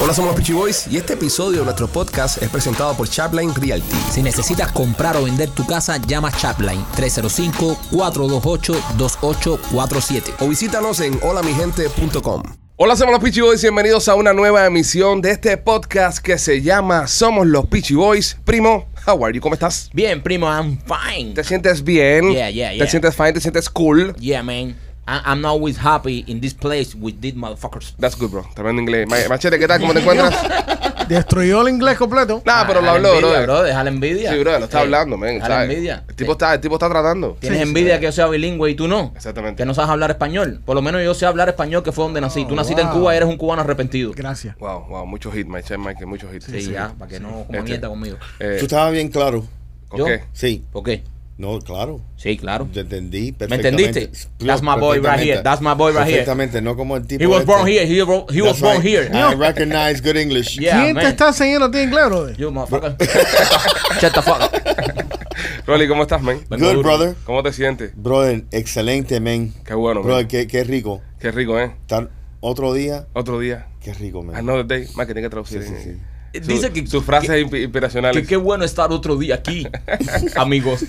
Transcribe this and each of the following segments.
Hola, somos los Peachy Boys y este episodio de nuestro podcast es presentado por Chapline Realty. Si necesitas comprar o vender tu casa, llama Chapline 305-428-2847. O visítanos en holamigente.com. Hola, somos los Peachy Boys. Bienvenidos a una nueva emisión de este podcast que se llama Somos los Peachy Boys. Primo, how are you? ¿Cómo estás? Bien, primo, I'm fine. ¿Te sientes bien? Yeah, yeah, yeah. ¿Te sientes fine? ¿Te sientes cool? Yeah, man. I- I'm not always happy in this place with these motherfuckers. That's good, bro. Tremendo inglés. Ma- Machete, ¿qué tal? ¿Cómo te encuentras? Destruyó el inglés completo. Nada, Ah, pero lo Deja Ah, la habló, envidia, bro. bro. Deja la envidia. Sí, bro, lo está Eh, hablando, man. Deja la ¿sabes? envidia. El tipo, está, el tipo está tratando. Tienes envidia que yo sea bilingüe y tú no. Exactamente. Que no sabes hablar español. Por lo menos yo sé hablar español, que fue donde nací. tú naciste en Oh, wow. Cuba y eres un cubano arrepentido. Gracias. Wow, wow. Muchos hits, Machete, Mike. Muchos hits. Sí, ya, para que no coma Este. mierda conmigo. Eh, Tú estabas bien claro. ¿Con ¿Yo? qué? Sí. ¿Por qué? No, claro. Sí, claro. Te entendí ¿Me perfectamente. entendiste? That's my boy right here. That's my boy right here. Exactamente, no como el tipo He was este. born here. He, bro- he was That's born right. here. I recognize good English. Yeah, ¿Quién man. te está enseñando a ti inglés, brother? You motherfucker. Shut the fuck up. Rolly, ¿cómo estás, man? Vengo duro. Good, brother. ¿Cómo te sientes? Brother, excelente, man. Qué bueno, Brother, man. qué, qué rico. Qué rico, ¿eh? Estar otro día, Otro día. qué rico, man. Another day. Más que tiene que traducir. Sí, sí, eh. sí. Eh, Su- dice que- Sus frases inpi- Que inspiracionales. qué bueno estar otro día aquí, amigos.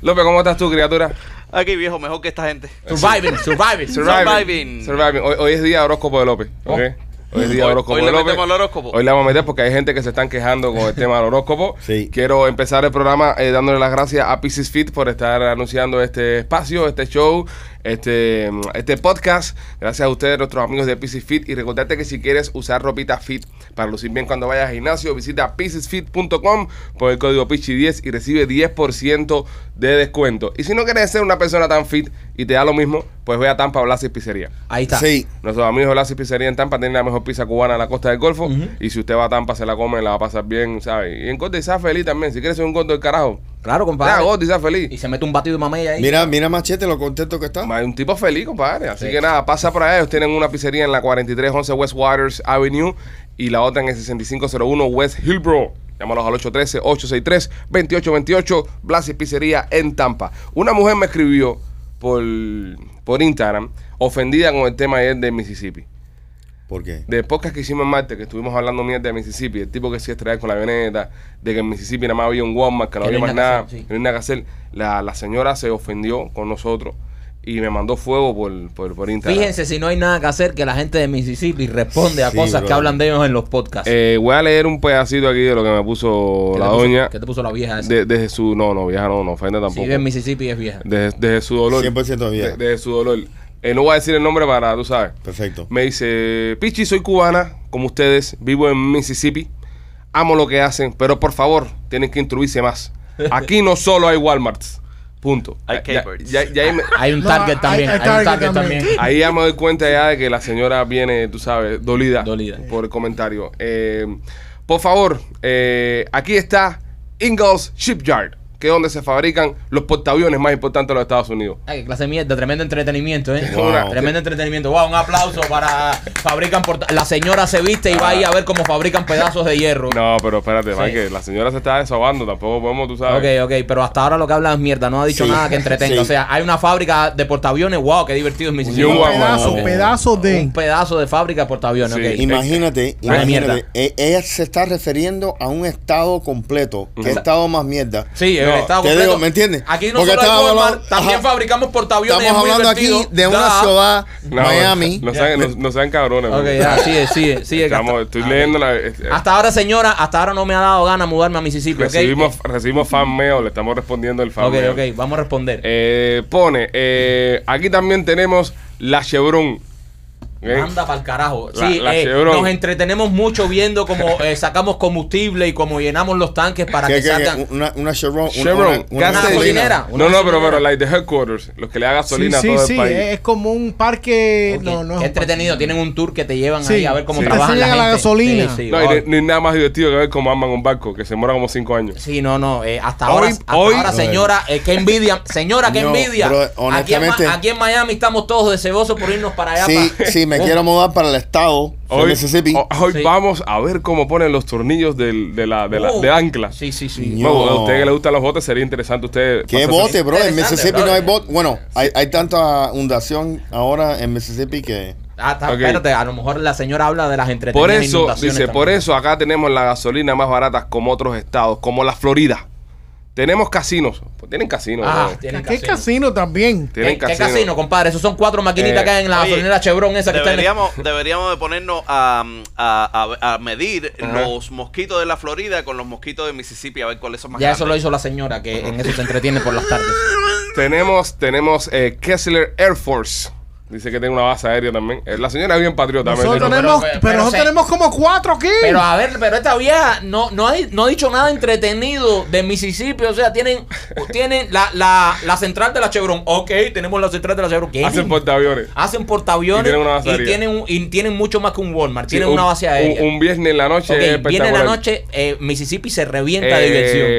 López, ¿cómo estás tú, criatura? Aquí viejo, mejor que esta gente. Surviving, surviving. Surviving. Surviving. Hoy, hoy es día horóscopo de López. ¿ok? Oh. Hoy es día Hoy- horóscopo hoy le de López. metemos al horóscopo. Hoy le vamos a meter porque hay gente que se están quejando con el tema del horóscopo. Sí. Quiero empezar el programa eh, dándole las gracias a Pisces Fit por estar anunciando este espacio, este show, este, mm, este podcast. Gracias a ustedes, nuestros amigos de Pisces Fit. Y recordarte que si quieres usar ropita fit para lucir bien cuando vayas al gimnasio, visita piscesfit.com por el código PICHI10 y recibe 10% de descuento. Y si no quieres ser una persona tan fit y te da lo mismo, pues ve a Tampa Blas y Pizzería. Ahí está. Sí, Nuestros amigos de Lazis Pizzería en Tampa tienen la mejor pizza cubana de la costa del Golfo. Y si usted va a Tampa, se la come, la va a pasar bien, ¿sabes? Y en corte y sea feliz también. Si quieres ser un gordo del carajo, Claro, sea compadre. gordo y sea feliz. Y se mete un batido de mamella ahí. mira, mira Machete lo contento que está. Ma, Un tipo feliz, compadre. Así Sí. que nada, pasa por allá. Ellos tienen una pizzería en la 4311 West Waters Avenue y la otra en el 6501 West Hillbro. Llámalos al 813-863-2828, Blas y Pizzería en Tampa. Una mujer me escribió por, por Instagram ofendida con el tema ayer de Mississippi. ¿Por qué? De podcast que hicimos en Marte, que estuvimos hablando mierda de Mississippi, el tipo que se extrae con la avioneta, de que en Mississippi nada más había un Walmart, que no Que había no más hay nada que nada, hacer, sí. que no hay nada que hacer. La, la señora se ofendió con nosotros y me mandó fuego por, por, por Instagram. Fíjense si no hay nada que hacer que la gente de Mississippi responde a Sí, cosas que brother. hablan de ellos en los podcasts. Eh, voy a leer un pedacito aquí de lo que me puso ¿Qué la te puso- doña. ¿Qué te puso la vieja esa? de- Desde su. No, no, vieja, no, no ofende si tampoco. vive en Mississippi es vieja. desde, desde su dolor. 100% de- bien. Desde su dolor. Eh, no voy a decir el nombre para, tú sabes. Perfecto. Me dice, Pichi, soy cubana, como ustedes, vivo en Mississippi, amo lo que hacen, pero por favor, tienen que instruirse más. Aquí no solo hay Walmarts, punto. Hay Ya- Kmart. ya- ya ahí, me- Hay un No, target hay- también. Hay, hay un Target target también. también. ahí ya me doy cuenta ya de que la señora viene, tú sabes, dolida, Dolida. por el comentario. Eh, por favor, eh, aquí está Ingalls Shipyard, que es donde se fabrican los portaaviones más importantes de los Estados Unidos. Ay, qué clase de mierda, tremendo entretenimiento, ¿eh? Wow. Tremendo entretenimiento. Wow, un aplauso para Fabrican Porta- La señora se viste y va ahí a ver cómo fabrican pedazos de hierro. No, pero espérate, Sí. Mike, la señora se está desahogando, tampoco podemos, tú sabes. Ok, ok, pero hasta ahora lo que habla es mierda, no ha dicho Sí, nada que entretenga. sí. O sea, hay una fábrica de portaaviones, wow, qué divertido es Mississippi. Y un Un guau, pedazo, guau. pedazo de. Un pedazo de fábrica de portaaviones, Sí. ok. Imagínate, Una imagínate. mierda. e- Ella se está refiriendo a un estado completo. ¿Qué Ujú. estado más mierda? Sí, el No, estado te completo. digo, ¿me entiendes? Aquí no Porque solo hay estábamos Walmart, hablando- también ajá. fabricamos portaaviones. Estamos es muy hablando aquí divertido. de una Da. ciudad, No, Miami. No sean, no- no sean cabrones. Ok, bro. ya, sigue, sigue, sigue. que Estamos- hasta- estoy leyendo la. eh, eh, Hasta ahora, señora, hasta ahora no me ha dado gana mudarme a Mississippi, Ah, ¿ok? recibimos, recibimos fan mail, le estamos respondiendo el fan Ok, mail. ok, vamos a responder. Eh, pone, eh, aquí también tenemos la Chevron. ¿ok? Anda pa'l carajo. La- Sí, la eh, Chevron. nos entretenemos mucho viendo cómo eh, sacamos combustible y cómo llenamos los tanques para que ¿Qué- qué- qué? salgan. una, una Chevron. una- Chevron, una, gas una station. gasolinera, una No, no, pero, gasolinera. pero, like the headquarters, los que le da Sí, gasolina a sí, todo sí. el país. eh. Es como un parque. Ok, No, no. es Qué un entretenido, parque. tienen un tour que te llevan Sí, ahí a ver cómo sí. trabajan Te la enseñan gente. la gasolina. Sí, sí, No, y wow. ni, ni nada más divertido que ver cómo aman un barco que se demora como 5 años. Sí, no, no, eh, hasta Hoy- ahora, hasta hoy- ahora, señora, eh, qué envidia, señora, qué No, envidia. bro, aquí, en, Ma- honestamente- aquí en Miami estamos todos deseosos por irnos para allá. Sí, pa- sí, me Oh, quiero mudar para el estado de Uh. Hoy, oh, Mississippi. ho- hoy Sí. vamos a ver cómo ponen los tornillos del, de la, de la, oh. de ancla. Sí, sí, sí. Ño. Bueno, a usted que le gustan los botes, sería interesante usted. ¿Qué pasarse- bote, bro? En Interesante, Mississippi bro. no hay bote. Bueno, hay, hay tanta inundación ahora en Mississippi que Ah, está, Ok. espérate, a lo mejor la señora habla de las entretenidas Por eso, inundaciones dice, por también. eso acá tenemos la gasolina más barata como otros estados, como la Florida. Tenemos casinos. Pues tienen casinos. Ah, bro. tienen ¿Qué casino. casino también? ¿Qué, Tienen qué casino, compadre? Esos son cuatro maquinitas Eh, que hay en la oye, gasolinera Chevron esa que está en el- Deberíamos, deberíamos de ponernos a, a- a- a medir Ajá. los mosquitos de la Florida con los mosquitos de Mississippi a ver cuáles son más Ya grandes. eso lo hizo la señora, que en eso se entretiene por las tardes. Tenemos, tenemos eh, Kessler Air Force. Dice que tiene una base aérea también. Eh, La señora es bien patriota. me Nosotros dice. tenemos, pero- pero, pero nosotros se- tenemos como cuatro aquí. Pero a ver, pero esta vieja no, no, ha, di- no ha dicho nada entretenido de Mississippi. O sea, tienen, tienen la, la, la central de la Chevron. Ok, tenemos la central de la Chevron. ¿Qué? Hacen portaaviones. Hacen Y portaaviones tienen una base y aérea. tienen, un- y tienen mucho más que un Walmart. Sí, tienen un- una base un- aérea. Un, viernes en la noche. Ok, es viene la espectacular. noche, eh, Mississippi se revienta de Eh,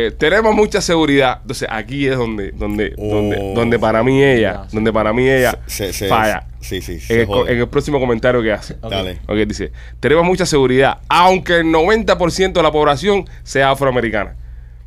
diversión. Tenemos mucha seguridad. Entonces, aquí es donde, donde, Oh. donde, donde para mí ella, Ya. donde para mí ella Se- se- falla. Sí, sí, en, se el, co- jode. en el próximo comentario que hace. Dale. Ok, dice, tenemos mucha seguridad, aunque el 90% de la población sea afroamericana.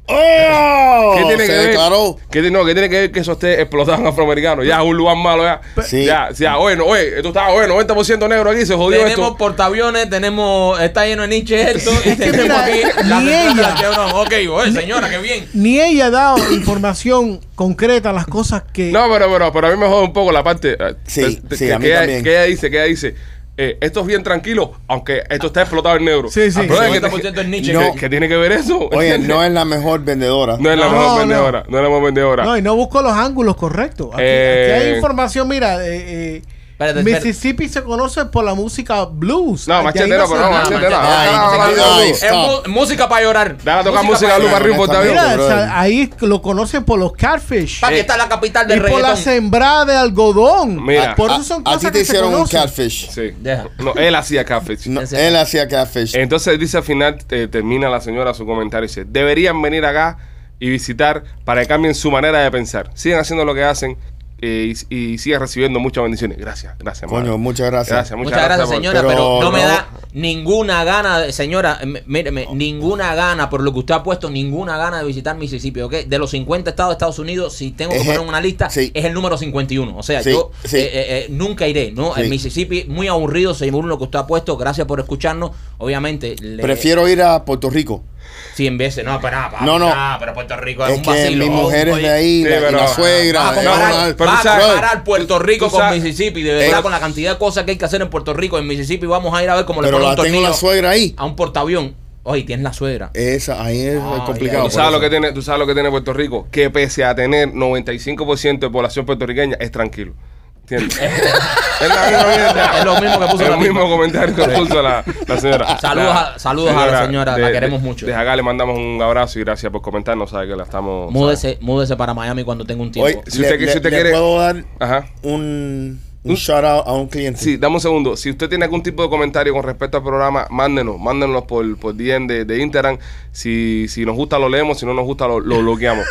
¡Oh! se declaró. ¿Qué, ti- no, ¿Qué tiene que ver que eso esté explotado en afroamericanos? Ya, es un lugar malo, ya. Sí. Ya, ya, oye, no, oye, tú estás, oye, 90% negro aquí, se jodió Tenemos esto. portaaviones, tenemos. Está lleno de niche esto. y Es que tenemos mira, aquí la central ni de la ella. Chevron. Ok, oye, señora, qué bien. Ni ella ha dado información concreta a las cosas que. No, pero, pero, pero a mí me jode un poco la parte. eh, Sí, te- te- sí, que, a mí que ella- también. que ella dice, que ella dice. eh, esto es bien tranquilo, aunque esto está explotado en negro. Sí, sí. Ah, brother, ¿qué te- 90% es Nietzsche. ¿qué- No. ¿Qué tiene que ver eso? Oye, no es la mejor vendedora. No es la No, mejor no. vendedora. No es la mejor vendedora. No, y no busco los ángulos correctos. Aquí, Eh. aquí hay información, mira. eh, eh, Espérate, espérate. Mississippi se conoce por la música blues. No, De ahí machetero, pero no, nada, machetero. machetero. Ah, Ay, ah, ah, ay, ah, ay. ah. Es mu- música para llorar. Dale a tocar música para a Luz llorar. Barrio por honestamente. David. Mira, o sea, brother. ahí lo conocen por los catfish. Papi, está la capital Eh, del Y por la reggaetón. sembrada de algodón. Ah, Mira. por A- eso son a, cosas ti te que se hicieron un conocen. catfish. Sí. Deja. No, él hacía catfish. No, Ese- él hacía catfish. Entonces dice al final, eh, termina la señora su comentario y dice, deberían venir acá y visitar para que cambien su manera de pensar. Sigan haciendo lo que hacen eh, y, y sigan recibiendo muchas bendiciones. Gracias, gracias. Coño, madre. muchas gracias. Gracias, Muchas gracias, por- señora, pero, pero no me no. da ninguna gana, de- señora, m- míreme, ninguna gana, por lo que usted ha puesto, ninguna gana de visitar Mississippi, ¿ok? De los 50 estados de Estados Unidos, si tengo que Eje, poner una lista, sí. es el número 51. O sea, Sí, yo sí. eh, eh, eh, nunca iré, ¿no? En Sí. Mississippi, muy aburrido según lo que usted ha puesto. Gracias por escucharnos. Obviamente, le- Prefiero ir a Puerto Rico. 100 veces. No, pero, nada, No, no. nada, pero Puerto Rico es, Es un que vacilo. mis Oh, mujeres oye. de ahí, Sí, la, pero- y la suegra. eh, Va a es comparar, una- pero va a tú sabes- comparar Puerto tú- Rico tú con sabes- Mississippi, de verdad, Eh, con la cantidad de cosas que hay que hacer en Puerto Rico, en Mississippi vamos a ir a ver cómo le pero ponen la un tengo tornillo la suegra ahí. a un portaavión. Oye, tienes la suegra. Eh, Esa, ahí es Ah, ya, complicado. Tú por sabes, lo eso. que tiene, tú sabes lo que tiene Puerto Rico, que pese a tener 95% de población puertorriqueña, es tranquilo. ¿Entiendes? es, la misma mierda. Es lo mismo que puso Es la el mismo tipa. comentario que puso la, la señora. Saludos a- La saludos a la señora, la queremos mucho. Desde acá le mandamos un abrazo y gracias por comentarnos, sabe que la estamos... Múdese, múdese para Miami cuando tenga un tiempo. Oye, Si le- usted- si le- usted le quiere- puedo dar Ajá. un, un shout out a un cliente. Sí, dame un segundo. Si usted tiene algún tipo de comentario con respecto al programa, mándenos, mándenos por, por DM de, de Instagram. Si, si nos gusta lo leemos, si no nos gusta lo, lo bloqueamos.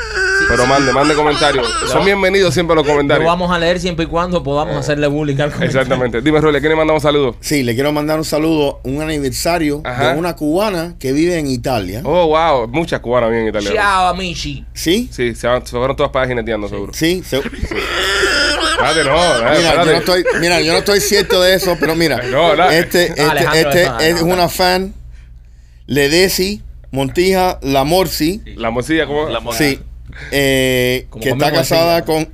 Pero mande, mande comentarios. Son bienvenidos siempre los Lo comentarios. vamos a leer siempre y cuando podamos hacerle bullying al comentario. Eh, Exactamente. Dime, Role, ¿a ¿quién le mandamos saludos? Sí, le quiero mandar un saludo, un aniversario Ajá. de una cubana que vive en Italia. Oh, wow. Muchas cubanas bien en Italia. Chao, amici. ¿Sí? Sí, se, van- se fueron todas para jineteando, seguro. Sí. se- Espérate, no. eh, mira, yo espérate. no estoy, mira, yo no estoy cierto de eso, pero mira, No, no. este, este, Alejandro, este eso no, es no, no. una fan, Ledesi, Montija, Lamorsi, La morcilla, ¿cómo? La mo- sí, eh, Como que come está morcilla, casada ¿no? con,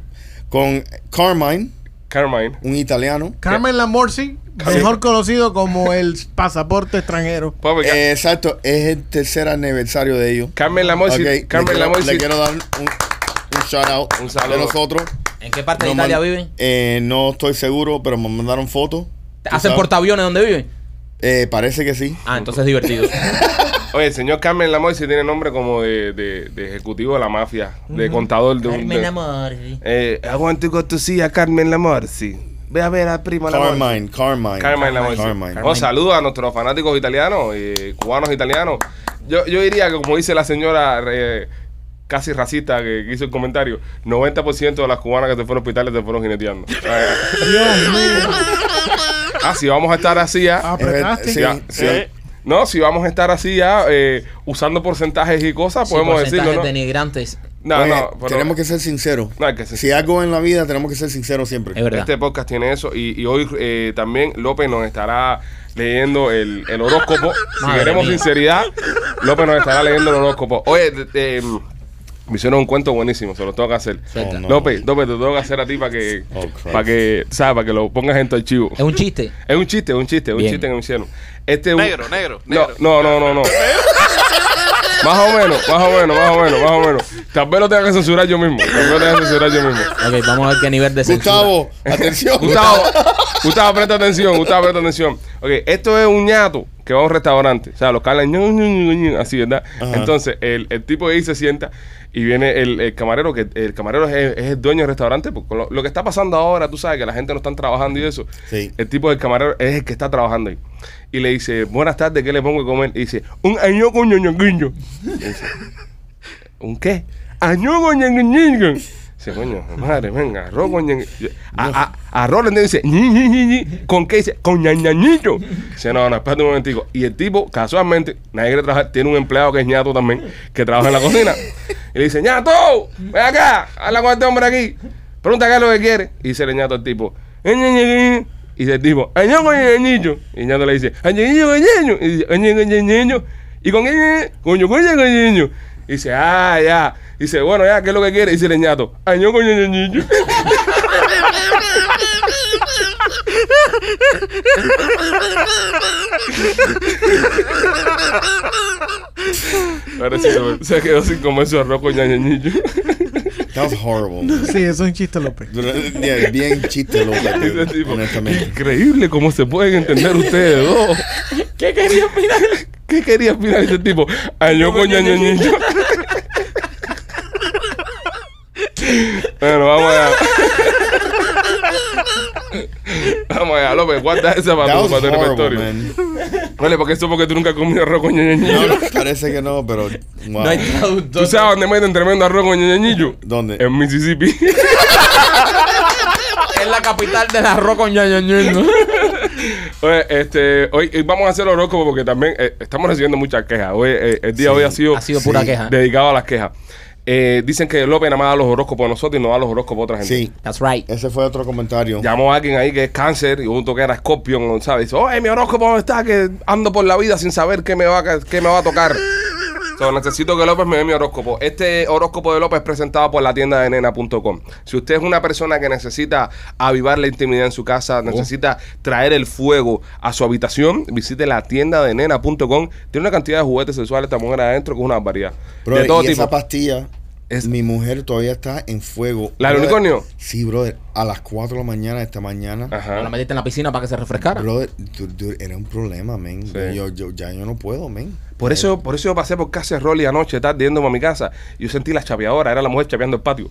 con Carmine, Carmine. un italiano. Carmen Lamorsi, mejor conocido como el pasaporte extranjero. Papi, Ca- Eh, exacto, es el tercer aniversario de ellos. Carmen Lamorsi. Ok, le Carmen quiero- Lamorsi. Le quiero dar un, un shout out Un saludo. de nosotros. ¿En qué parte de Nos Italia man- viven? Eh, no estoy seguro, pero me mandaron fotos. ¿Tú ¿Hacen sabes? portaaviones donde viven? Eh, parece que sí. Ah, entonces es divertido. Oye, el señor Carmen Lamorsi tiene nombre como de, de- de ejecutivo de la mafia, de contador de un. Carmen de- Amorsi. Eh, I want to go to see a Carmen Lamorsi. Ve a ver a prima Lamorsi. Carmine, Carmine. Carmen Lamorsi. Carmine. Oh, saludos a nuestros fanáticos italianos, eh, cubanos italianos. Yo, yo diría que, como dice la señora eh, casi racista que, que hizo el comentario, 90% de las cubanas que se fueron a hospitales se fueron jineteando. Eh, Dios mío. ah, si vamos a estar así ah, ya. Apretaste. Sí, ya, sí. eh. No, si vamos a estar así ya, eh, ah, usando porcentajes y cosas, podemos Sí, porcentajes decirlo, ¿no? denigrantes. No, Oye, no, pero- tenemos que ser sinceros. No, hay que ser si sincero. algo en la vida, tenemos que ser sinceros siempre. Es verdad. Este podcast tiene eso y, y hoy eh, también López nos estará leyendo el, el horóscopo. si Madre queremos mía. sinceridad, López nos estará leyendo el horóscopo. Oye, de- de, mm, me hicieron un cuento buenísimo, se lo tengo que hacer. Suelta. no. López, López, te lo tengo que hacer a ti para que, Oh, Christ. para que, ¿sabes? Para que lo pongas en tu archivo. Es un chiste. Es un chiste, un chiste, un Bien. chiste que me hicieron. Este un- Negro, negro, No, negro. no, no, no, no. más o menos, más o menos, más o menos, más o menos. Tal vez lo tenga que censurar yo mismo. Tal vez lo tenga que censurar yo mismo. Ok, vamos a ver qué nivel de censura. Gustavo, atención. Gustavo, Gustavo, presta atención, Gustavo, presta atención. Ok, esto es un ñato que va a un restaurante. O sea, los calan ñu, ñu, ñu, ñu, así, ¿verdad? Entonces, el, el tipo ahí se sienta y viene el, el camarero, que el camarero es, es el dueño del restaurante. Porque lo, lo que está pasando ahora, tú sabes que la gente no está trabajando y eso. Sí. El tipo del camarero es el que está trabajando ahí. Y le dice, buenas tardes, ¿qué le pongo a comer? Y dice, un año con ño, ño, guiño". Y dice, ¿Un qué? Año con ño, ño, ño, ño. Dice, coño, madre, venga, arroz con ño, ño. A- a- Arroz le dice, ñi, ñi, ñi, ñi. ¿con qué? Dice, con ñañañillo. Dice, no, no, espérate un momentico. Y el tipo, casualmente, nadie quiere trabajar, tiene un empleado que es ñato también, que trabaja en la cocina. Y le dice, ñato, ven acá, habla con este hombre aquí. Pregunta qué es lo que quiere. Y dice el ñato al tipo, "Ñe, ñe, ñe, ñe". Y dice el tipo, año con ñeñillo. Y Ñato le dice, año con ñeño. Y dice, año con ñeño. Y con ñe, coño, coño, con ñeño. Y dice, ah, ya. Y dice, bueno, ya, ¿qué es lo que quiere? Y dice el ñato, año con ñeñillo. Ahora sí, Robert, se quedó sin comer su arroz con ñeñillo. That was horrible. man. Sí, eso es un chiste, López. Yeah, bien chiste, loco, Dice el dude, tipo, honestamente. increíble cómo se pueden entender ustedes dos. ¿Qué quería opinar? ¿Qué quería aspirar ese tipo? Año con ñaño ñiño. Bueno, vamos allá. Vamos allá, López, guarda esa That para tu, was para tu horrible, repertorio. man. Vale, porque eso porque tú nunca has comido arroz con ñaño ñiño. No, parece que no, pero wow. No hay traductor. ¿Tú sabes dónde meten tremendo arroz con ñaño ñiño? ¿Dónde? En Mississippi. Es la capital del arroz con ñañañendo. Oye, este, hoy, hoy vamos a hacer horóscopo porque también eh, estamos recibiendo muchas quejas. Hoy, eh, el día de hoy ha sido, Ha sido pura Sí. queja. dedicado a las quejas. Eh, dicen que López nada más da los horóscopos a nosotros y no da los horóscopos a otra gente. Sí, That's right. ese fue otro comentario. Llamó a alguien ahí que es cáncer y junto que era Scorpion, ¿sabes? Dice, oye, mi horóscopo ¿dónde está, que ando por la vida sin saber qué me va a, qué me va a tocar. So, necesito que López me dé mi horóscopo. Este horóscopo de López es presentado por la tienda de nena.com. Si usted es una persona que necesita avivar la intimidad en su Oh. casa, necesita traer el fuego a su habitación, visite la tienda de nena.com. Tiene una cantidad de juguetes sexuales esta mujer adentro que es una variedad. Brother, de todo y tipo. esa pastilla, Es- mi mujer todavía está en fuego. ¿La del Brother, unicornio? Ah. Sí, brother. A las 4 de la mañana, esta mañana. Ajá. La metiste en la piscina para que se refrescara. Brother, dude, dude, era un problema, men. Yo, yo- ya yo no puedo, men. Por eso, por eso yo pasé por casa de Rolly anoche, tarde, yéndome a mi casa. Y yo sentí la chapeadora, era la mujer chapeando el patio.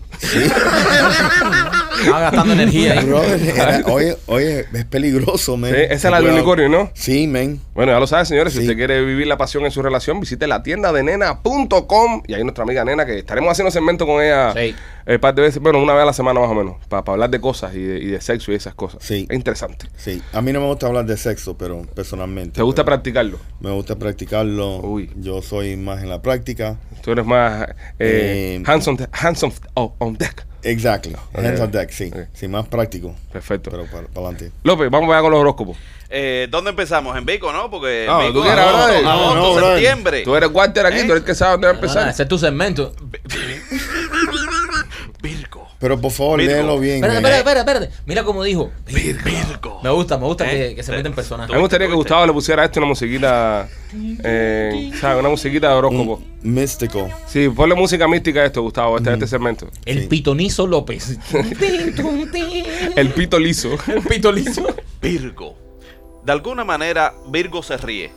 Estaba gastando energía ahí. Brother, era- oye, oye, es peligroso, men. Sí, esa es la del Cuidado. unicornio, ¿no? Sí, men. Bueno, ya lo sabes, señores. Si Sí. usted quiere vivir la pasión en su relación, visite la tienda de nena.com. Y ahí nuestra amiga nena, que estaremos haciendo segmento con ella Sí. eh, par de veces, bueno, una vez a la semana más o menos, para hablar de cosas y de, y de sexo y esas cosas. Sí. Es interesante. Sí, a mí no me gusta hablar de sexo, pero personalmente. ¿Te gusta pero practicarlo? Me gusta practicarlo. Uy. Yo soy más en la práctica. Tú eres más eh, Eh, hands, on, hands on, oh, on deck. Exactly. Hands on deck, sí. Ok. Sí, más práctico. Perfecto. Pero para adelante. López, vamos allá con los horóscopos. Eh, ¿Dónde empezamos? En Vico, ¿no? Porque en Ah, Vico, tú quieres hablar de- No, agosto, no, brother. septiembre. Tú eres Walter aquí, ¿Eh? tú eres el que sabe dónde va a No, no, empezar. ese es tu segmento. Virgo. Pero por favor, Virgo. léelo bien. eh. Espérate, men. espérate, espérate, espérate. Mira cómo dijo. Virgo. Me gusta, me gusta ¿Eh? que, que se meta en persona. A mí me gustaría que Gustavo le pusiera a esto una musiquita, eh, ¿sabes? Una musiquita de horóscopo. Mm. Un Místico. Sí, ponle música mística a esto, Gustavo, a este, a este segmento. El pitonizo López. El pito liso. El pitonizo. Virgo. De alguna manera, Virgo se ríe.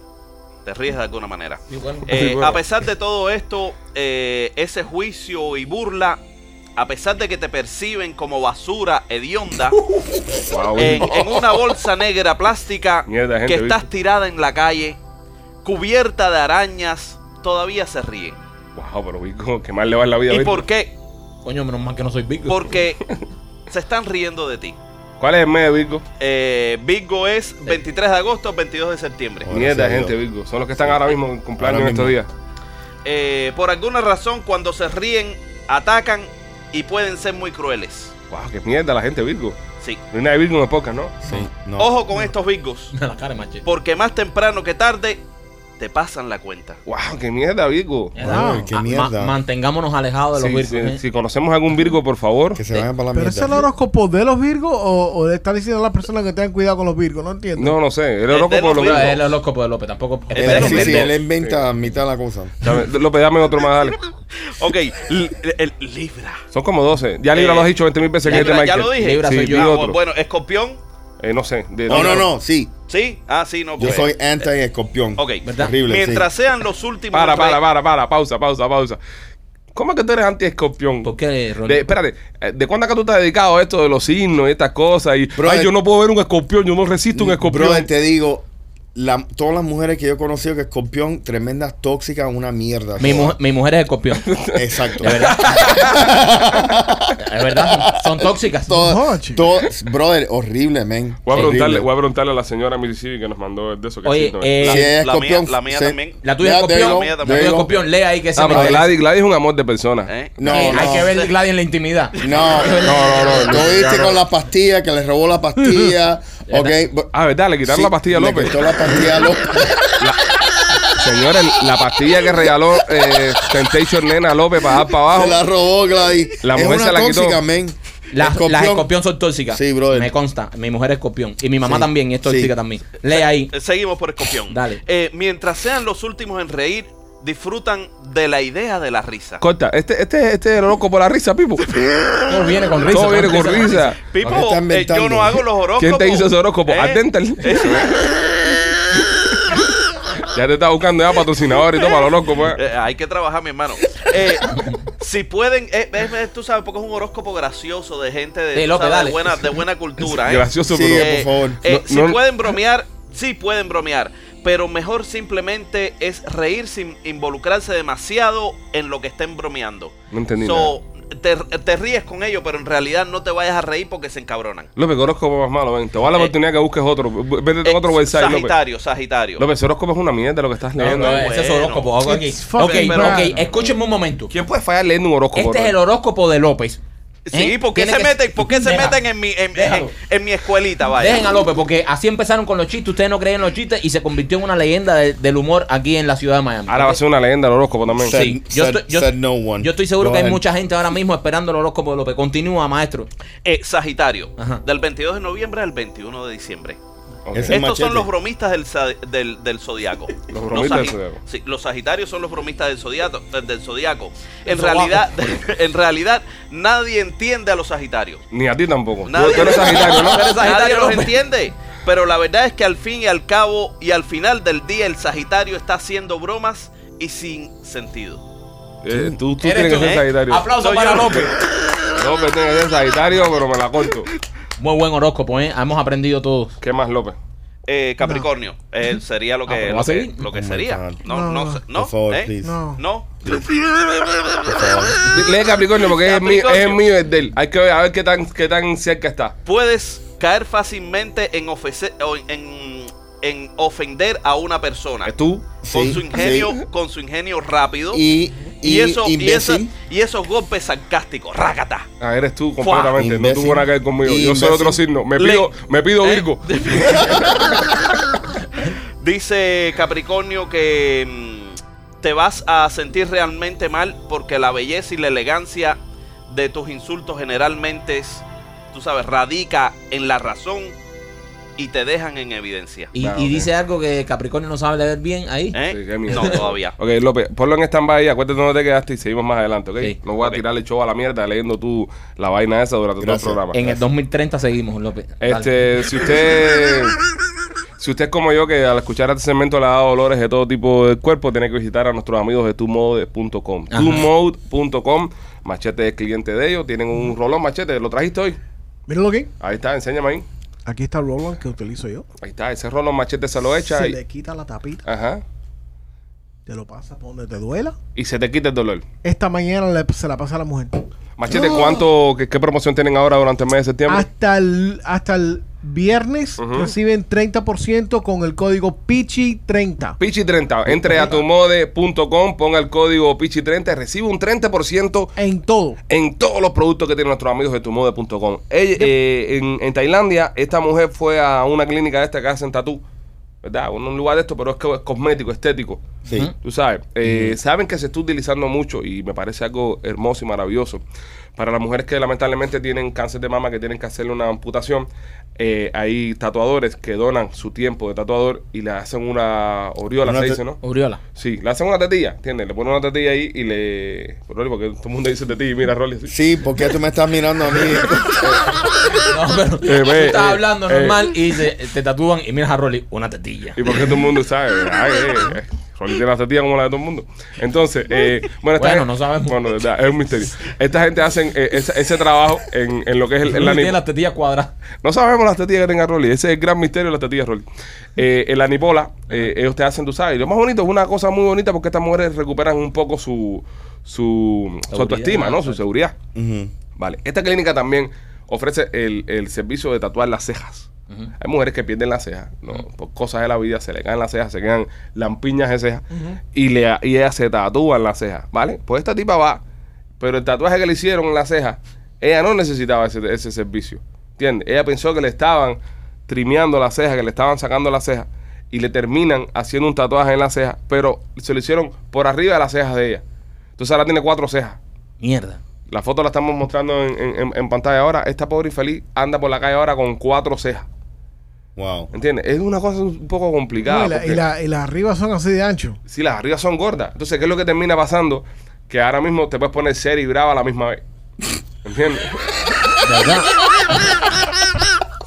Te ríes de alguna manera. Y bueno. Eh, Sí, bueno. A pesar de todo esto, eh, ese juicio y burla, a pesar de que te perciben como basura hedionda Uh. Wow, en, en una bolsa negra plástica Mierda, gente, que estás ¿viste? tirada en la calle, cubierta de arañas, todavía se ríen. wow, pero Vico, que mal le va en la vida. ¿Y Vico. por qué? Coño, menos mal que no soy Vico. Porque se están riendo de ti. ¿Cuál es el mes, Vico? Eh, Virgo es 23 de agosto, 22 de septiembre. Ahora Mierda, sí, gente, yo. Vigo. Son los que están ahora mismo en cumpleaños en Ahora estos días. mismo. Eh, por alguna razón, cuando se ríen, atacan y pueden ser muy crueles. Wow, qué mierda la gente Virgo. Sí. No hay nada de Virgo en el podcast, ¿no? Sí, no. Ojo con estos virgos, la cara de machete. porque más temprano que tarde te pasan la cuenta. Wow, qué mierda Virgo. Ya, Wow, no. qué Ma- mierda. mantengámonos alejados de Si, los si- virgos. ¿eh? si conocemos algún Virgo, por favor. Que se vayan para la Pero mierda. ese es el horóscopo de los Virgos o, o le está diciendo a las personas que tengan cuidado con los Virgos, no entiendo. No, no sé. El de horóscopo los eh, lo Pero mismo. es el horóscopo de López, tampoco. El de Él, los Eh, sí, sí, Virgos. él inventa mitad de la cosa. Dame- López, dame otro más, dale. Ok, l- el, Libra. Son como 12. Ya Libra Eh, lo has dicho 20 mil veces en Libra, este ya Michael. lo dije. Libra Sí, soy yo. di Ah, otro. bueno, escorpión, Eh, no sé. de- No, no, no, sí. ¿sí? Ah, sí, no. Yo pues. soy anti-escorpión. Ok, ¿verdad? Horrible, sí. mientras sean los últimos. Para, en re- para, para, para. Pausa, pausa, pausa. ¿Cómo es que tú eres anti-escorpión? ¿Por qué, Rolly? De- espérate, eh, ¿de cuándo acá tú estás dedicado a esto de los signos y estas cosas? Y, Brother- ay, yo no puedo ver un escorpión, yo no resisto un escorpión. Brother, te digo, la- todas las mujeres que yo he conocido que escorpión, tremendas tóxicas, una mierda. mi, todas. mujer, mi mujer es escorpión. Exacto. Es verdad. es verdad. Son tóxicas. Todo- No, chico. todo- brother, horrible, men. Voy a, Horrible. preguntarle, voy a preguntarle a la señora Mississippi que nos mandó de eso que Oye, sí, no, eh, Si es La mía, escorpión, la mía se- también. La tuya es Ya, there escorpión. you go, La there tuya es you go. escorpión. Lea ahí que se Ah, pero merece. Gladys, Gladys es un amor de persona. ¿eh? No, Eh, Hay no. que ver Gladys en la intimidad. No, no, no, no, no, Lo ya viste no. con la pastilla, que le robó la pastilla. ok. Ah, ¿verdad? Le quitaron Sí, la pastilla a le López. quitó la pastilla a López. Señores, la pastilla que regaló eh, Temptation Nena López para dar para abajo. Se la robó Gladys. Ah. La es mujer una se la quitó. tóxica, men. Las Escorpión. las escorpión son tóxicas. Sí, brother. Me consta. Mi mujer es escorpión. Y mi mamá Sí, también y es sí. tóxica también. Lea ahí. Eh, Seguimos por escorpión. Dale. Eh, mientras sean los últimos en reír, disfrutan de la idea de la risa. Corta, este, este, este es loco por la risa, Pipo. Todo viene con risa. Todo viene con risa. Pipo, ¿Qué está eh, inventando? yo no hago los horóscopos. ¿Quién te hizo ese horóscopo? Eh, Adental. Ya te está buscando ya patrocinador y todo para lo loco, pues. eh, hay que trabajar, mi hermano. Eh, si pueden, eh, eh, eh, tú sabes, porque es un horóscopo gracioso de gente de, Sí, tú López, sabes, de dale. buena, de buena cultura. ¿eh? Gracioso, Sí, pero. eh, por favor. eh, No, si no- pueden bromear, sí pueden bromear. Pero mejor simplemente es reír sin involucrarse demasiado en lo que estén bromeando. No entendí So, te, te ríes con ellos, pero en realidad no te vayas a reír porque se encabronan. López, ¿qué horóscopo más malo, ven. Te voy a dar la Eh, oportunidad que busques otro. V- Vete a Eh, otro website, López. Sagitario, Sagitario. López, ese horóscopo es una mierda lo que estás No, leyendo. no, eh. ese es Bueno. horóscopo. Ok, It's ok, fucking pero- bad. ok, escúchenme un momento. ¿Quién puede fallar leyendo un horóscopo? Este es brother? el horóscopo de López. Sí, ¿Eh? ¿por qué Tiene se que- meten, por qué se Deja. meten en mi, en, Déjalo. en- en mi escuelita, vaya? Dejen a López, porque así empezaron con los chistes, ustedes no creen en los chistes y se convirtió en una leyenda de- del humor aquí en la ciudad de Miami. Ahora va a ¿ok? ser una leyenda el horóscopo también. Sí. Sí, yo Said- estoy, yo, said no one. yo estoy seguro Go que hay ahead. mucha gente ahora mismo esperando el horóscopo de López. Continúa, maestro. Eh, Sagitario, Ajá. del 22 de noviembre al 21 de diciembre. Ok. Ese- Estos son machete. los bromistas del, sa- del, del zodiaco. Los bromistas del sagi- zodiaco. Sí, los sagitarios son los bromistas del zodiaco. eh, Del zodiaco. En El sobaco. realidad, en realidad, nadie entiende a los sagitarios. Ni a ti tampoco. Tú, Nadie, tú eres sagitario, ¿no? Tú eres Sagitario, Nadie los López. entiende. Pero la verdad es que al fin y al cabo y al final del día el sagitario está haciendo bromas y sin sentido. Eh, tú tú Eres tienes que tú, ser ¿eh? sagitario. Aplauso Soy para yo. López. López tiene que ser sagitario, pero me la corto. Muy buen horóscopo, ¿eh? Hemos aprendido todos. ¿Qué más, López? Eh, Capricornio, eh, sería lo Ah, que, pero va lo a que, seguir. lo que Oh my sería. God. No, no, No, no, no, no, Por favor, ¿eh? please. No. No. Por favor. Lee Capricornio porque es el mío, es el Capricornio. mío, es de él. Hay que ver a ver qué tan, qué tan cerca está. Puedes caer fácilmente en, ofece- o en- en- en ofender a una persona. Es Ah, tú. con Sí, su ingenio, sí. con su ingenio rápido. Y, y, y eso, y, esa- imbécil. y esos golpes sarcásticos, rácata. Ah, eres tú completamente. No Imbécil. tuvo nada que ver conmigo. Yo soy Imbécil. otro signo. Me Le- pido, me pido ¿Eh? Virgo. Dice Capricornio que mm, te vas a sentir realmente mal porque la belleza y la elegancia de tus insultos generalmente, es, tú sabes, radica en la razón y te dejan en evidencia. Y, Claro, y ok. dice algo que Capricornio no sabe leer bien ahí. ¿Eh? Sí, qué mierda. no, todavía. Ok, López, ponlo en stand-by y acuérdate dónde te quedaste y seguimos más adelante, ¿ok? Sí. No voy a Ok. tirarle show a la mierda leyendo tú la vaina esa durante Gracias. todo el programa. En el 2030 seguimos, López. Dale. Este, si usted. Si usted es como yo, que al escuchar este segmento le ha dado dolores de todo tipo del cuerpo, tiene que visitar a nuestros amigos de tumode.com. Ajá. Tumode.com, machete es cliente de ellos, tienen Mm. un rolón machete, lo trajiste hoy. Míralo aquí. Ahí está, enséñame ahí. Aquí está el roll que utilizo yo. Ahí está, ese rolón machete se lo echa Se y, le quita la tapita, ajá, te lo pasa por donde te duela. y se te quita el dolor. Esta mañana le- se la pasa a la mujer. Ah, Machete, ¿cuánto, qué, qué promoción tienen ahora durante el mes de septiembre? Hasta el, hasta el viernes Ujú. reciben 30% con el código PICHI30. Pichi30, entre a tumode.com, ponga el código Pichi30 y recibe un 30% En todo. en todos los productos que tienen nuestros amigos de tumode.com. Ella, eh, en, en Tailandia, esta mujer fue a una clínica de esta que hacen tatú, ¿verdad? Un, un lugar de esto, pero es, que es cosmético, estético. Sí. Tú sabes, eh, saben que se está utilizando mucho y me parece algo hermoso y maravilloso. Para las mujeres que lamentablemente tienen cáncer de mama, que tienen que hacerle una amputación, eh, hay tatuadores que donan su tiempo de tatuador y le hacen una oriola, Una se te- dice, ¿no? Oriola. Sí, le hacen una tetilla, ¿entiendes? Le ponen una tetilla ahí y le... Rolly, porque todo el mundo dice tetilla y mira a Rolly así. Sí, porque tú me estás mirando a mí. No, pero Eh, tú ve, estás eh, hablando eh. normal y se- te tatúan y miras a Rolly una tetilla. Y porque todo el mundo sabe. Ay, eh, eh, Rolly tiene la tetilla como la de todo el mundo. Entonces, eh, bueno, esta Bueno, gen- no sabemos. Bueno, de verdad, es un misterio. Esta gente hacen eh, esa- ese, trabajo en, en lo que es el, el Rolly anime. tiene las tetillas cuadradas. No sabemos las tetillas que tenga Rolly. Ese es el gran misterio de las tetillas, Rolly. Eh, en la nipola, eh, ellos te hacen, tú sabes. Y lo más bonito es una cosa muy bonita porque estas mujeres recuperan un poco su, su, su Seguridad, autoestima, ¿no? Su exacto. seguridad. Ujú. Vale. Esta clínica también ofrece el, el servicio de tatuar las cejas. Hay mujeres que pierden las cejas, ¿no? por cosas de la vida, se le caen las cejas, se quedan lampiñas de cejas y, le, y ellas se tatúan las cejas, ¿vale? Pues esta tipa va, pero el tatuaje que le hicieron en las cejas, ella no necesitaba ese, ese servicio, ¿entiendes? Ella pensó que le estaban trimeando las cejas, que le estaban sacando las cejas y le terminan haciendo un tatuaje en las cejas, pero se lo hicieron por arriba de las cejas de ella. Entonces ahora tiene cuatro cejas. Mierda. La foto la estamos mostrando en, en- en- en pantalla ahora. Esta pobre infeliz anda por la calle ahora con cuatro cejas. Wow. ¿Entiendes? Es una cosa un poco complicada. No, y, la- porque y la- y las arriba son así de ancho. Si las arriba son gordas. Entonces, ¿qué es lo que termina pasando? Que ahora mismo te puedes poner seria y brava a la misma vez. ¿Entiendes? ¿Verdad?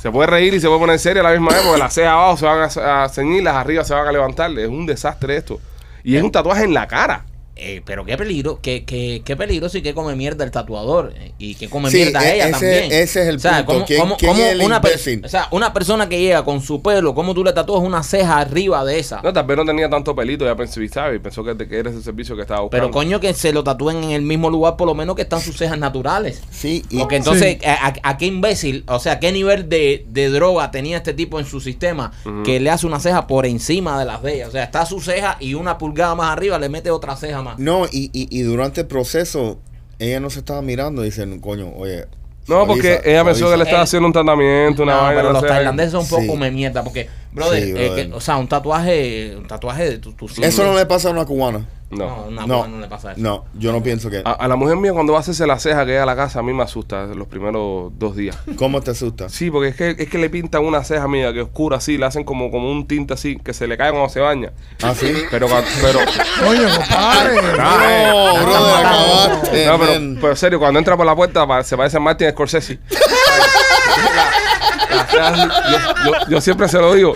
Se puede reír y se puede poner seria a la misma vez porque las cejas abajo se van a, a ceñir, las arriba se van a levantar. Es un desastre esto. Y es un tatuaje en la cara. Eh, pero qué peligro, qué, qué, qué peligro si que come mierda el tatuador eh, y que come Sí, mierda e- ella ese- también. ese es el punto. ¿Quién- quién es el una per- imbécil? o sea, una persona que llega con su pelo, ¿cómo tú le tatúas una ceja arriba de esa? No, tal vez no tenía tanto pelito, ya pensé, ¿sabes? Pensó que, que era ese servicio que estaba buscando. pero coño, que se lo tatúen en el mismo lugar, por lo menos que están sus cejas naturales. Sí, y Porque entonces, a, a- a qué imbécil, o sea, qué nivel de, de droga tenía este tipo en su sistema que le hace una ceja por encima de las de ella? O sea, está su ceja y una pulgada más arriba le mete otra ceja más. no, y, y, y durante el proceso, ella no se estaba mirando, dicen, coño, oye. No, porque suaviza, ella pensó que le suaviza. estaba haciendo un tratamiento, una no, vaina. pero no los sé. tailandeses son un poco Sí. come mierda porque, brother, Sí, eh, brother. que- o sea, un tatuaje, un tatuaje de tu, tu Eso no le pasa a una cubana. No. no, una No. mujer no le pasa eso. Ah. No, yo no pienso que. A, a la mujer mía cuando va a hacerse la ceja que llega a la casa a mí me asusta los primeros dos días. ¿Cómo te asusta? Sí, porque es que, es que le pintan una ceja mía que es oscura así, la hacen como, como un tinte así, que se le cae cuando se baña. Ah, sí. Pero cuando- pero, Coño, compadre. Ah, No, eh. brother, acabaste. No, pero, men. pero en serio, cuando entra por la puerta pa- se parece a Martin Scorsese. La- la ceja así, yo, yo- yo siempre se lo digo.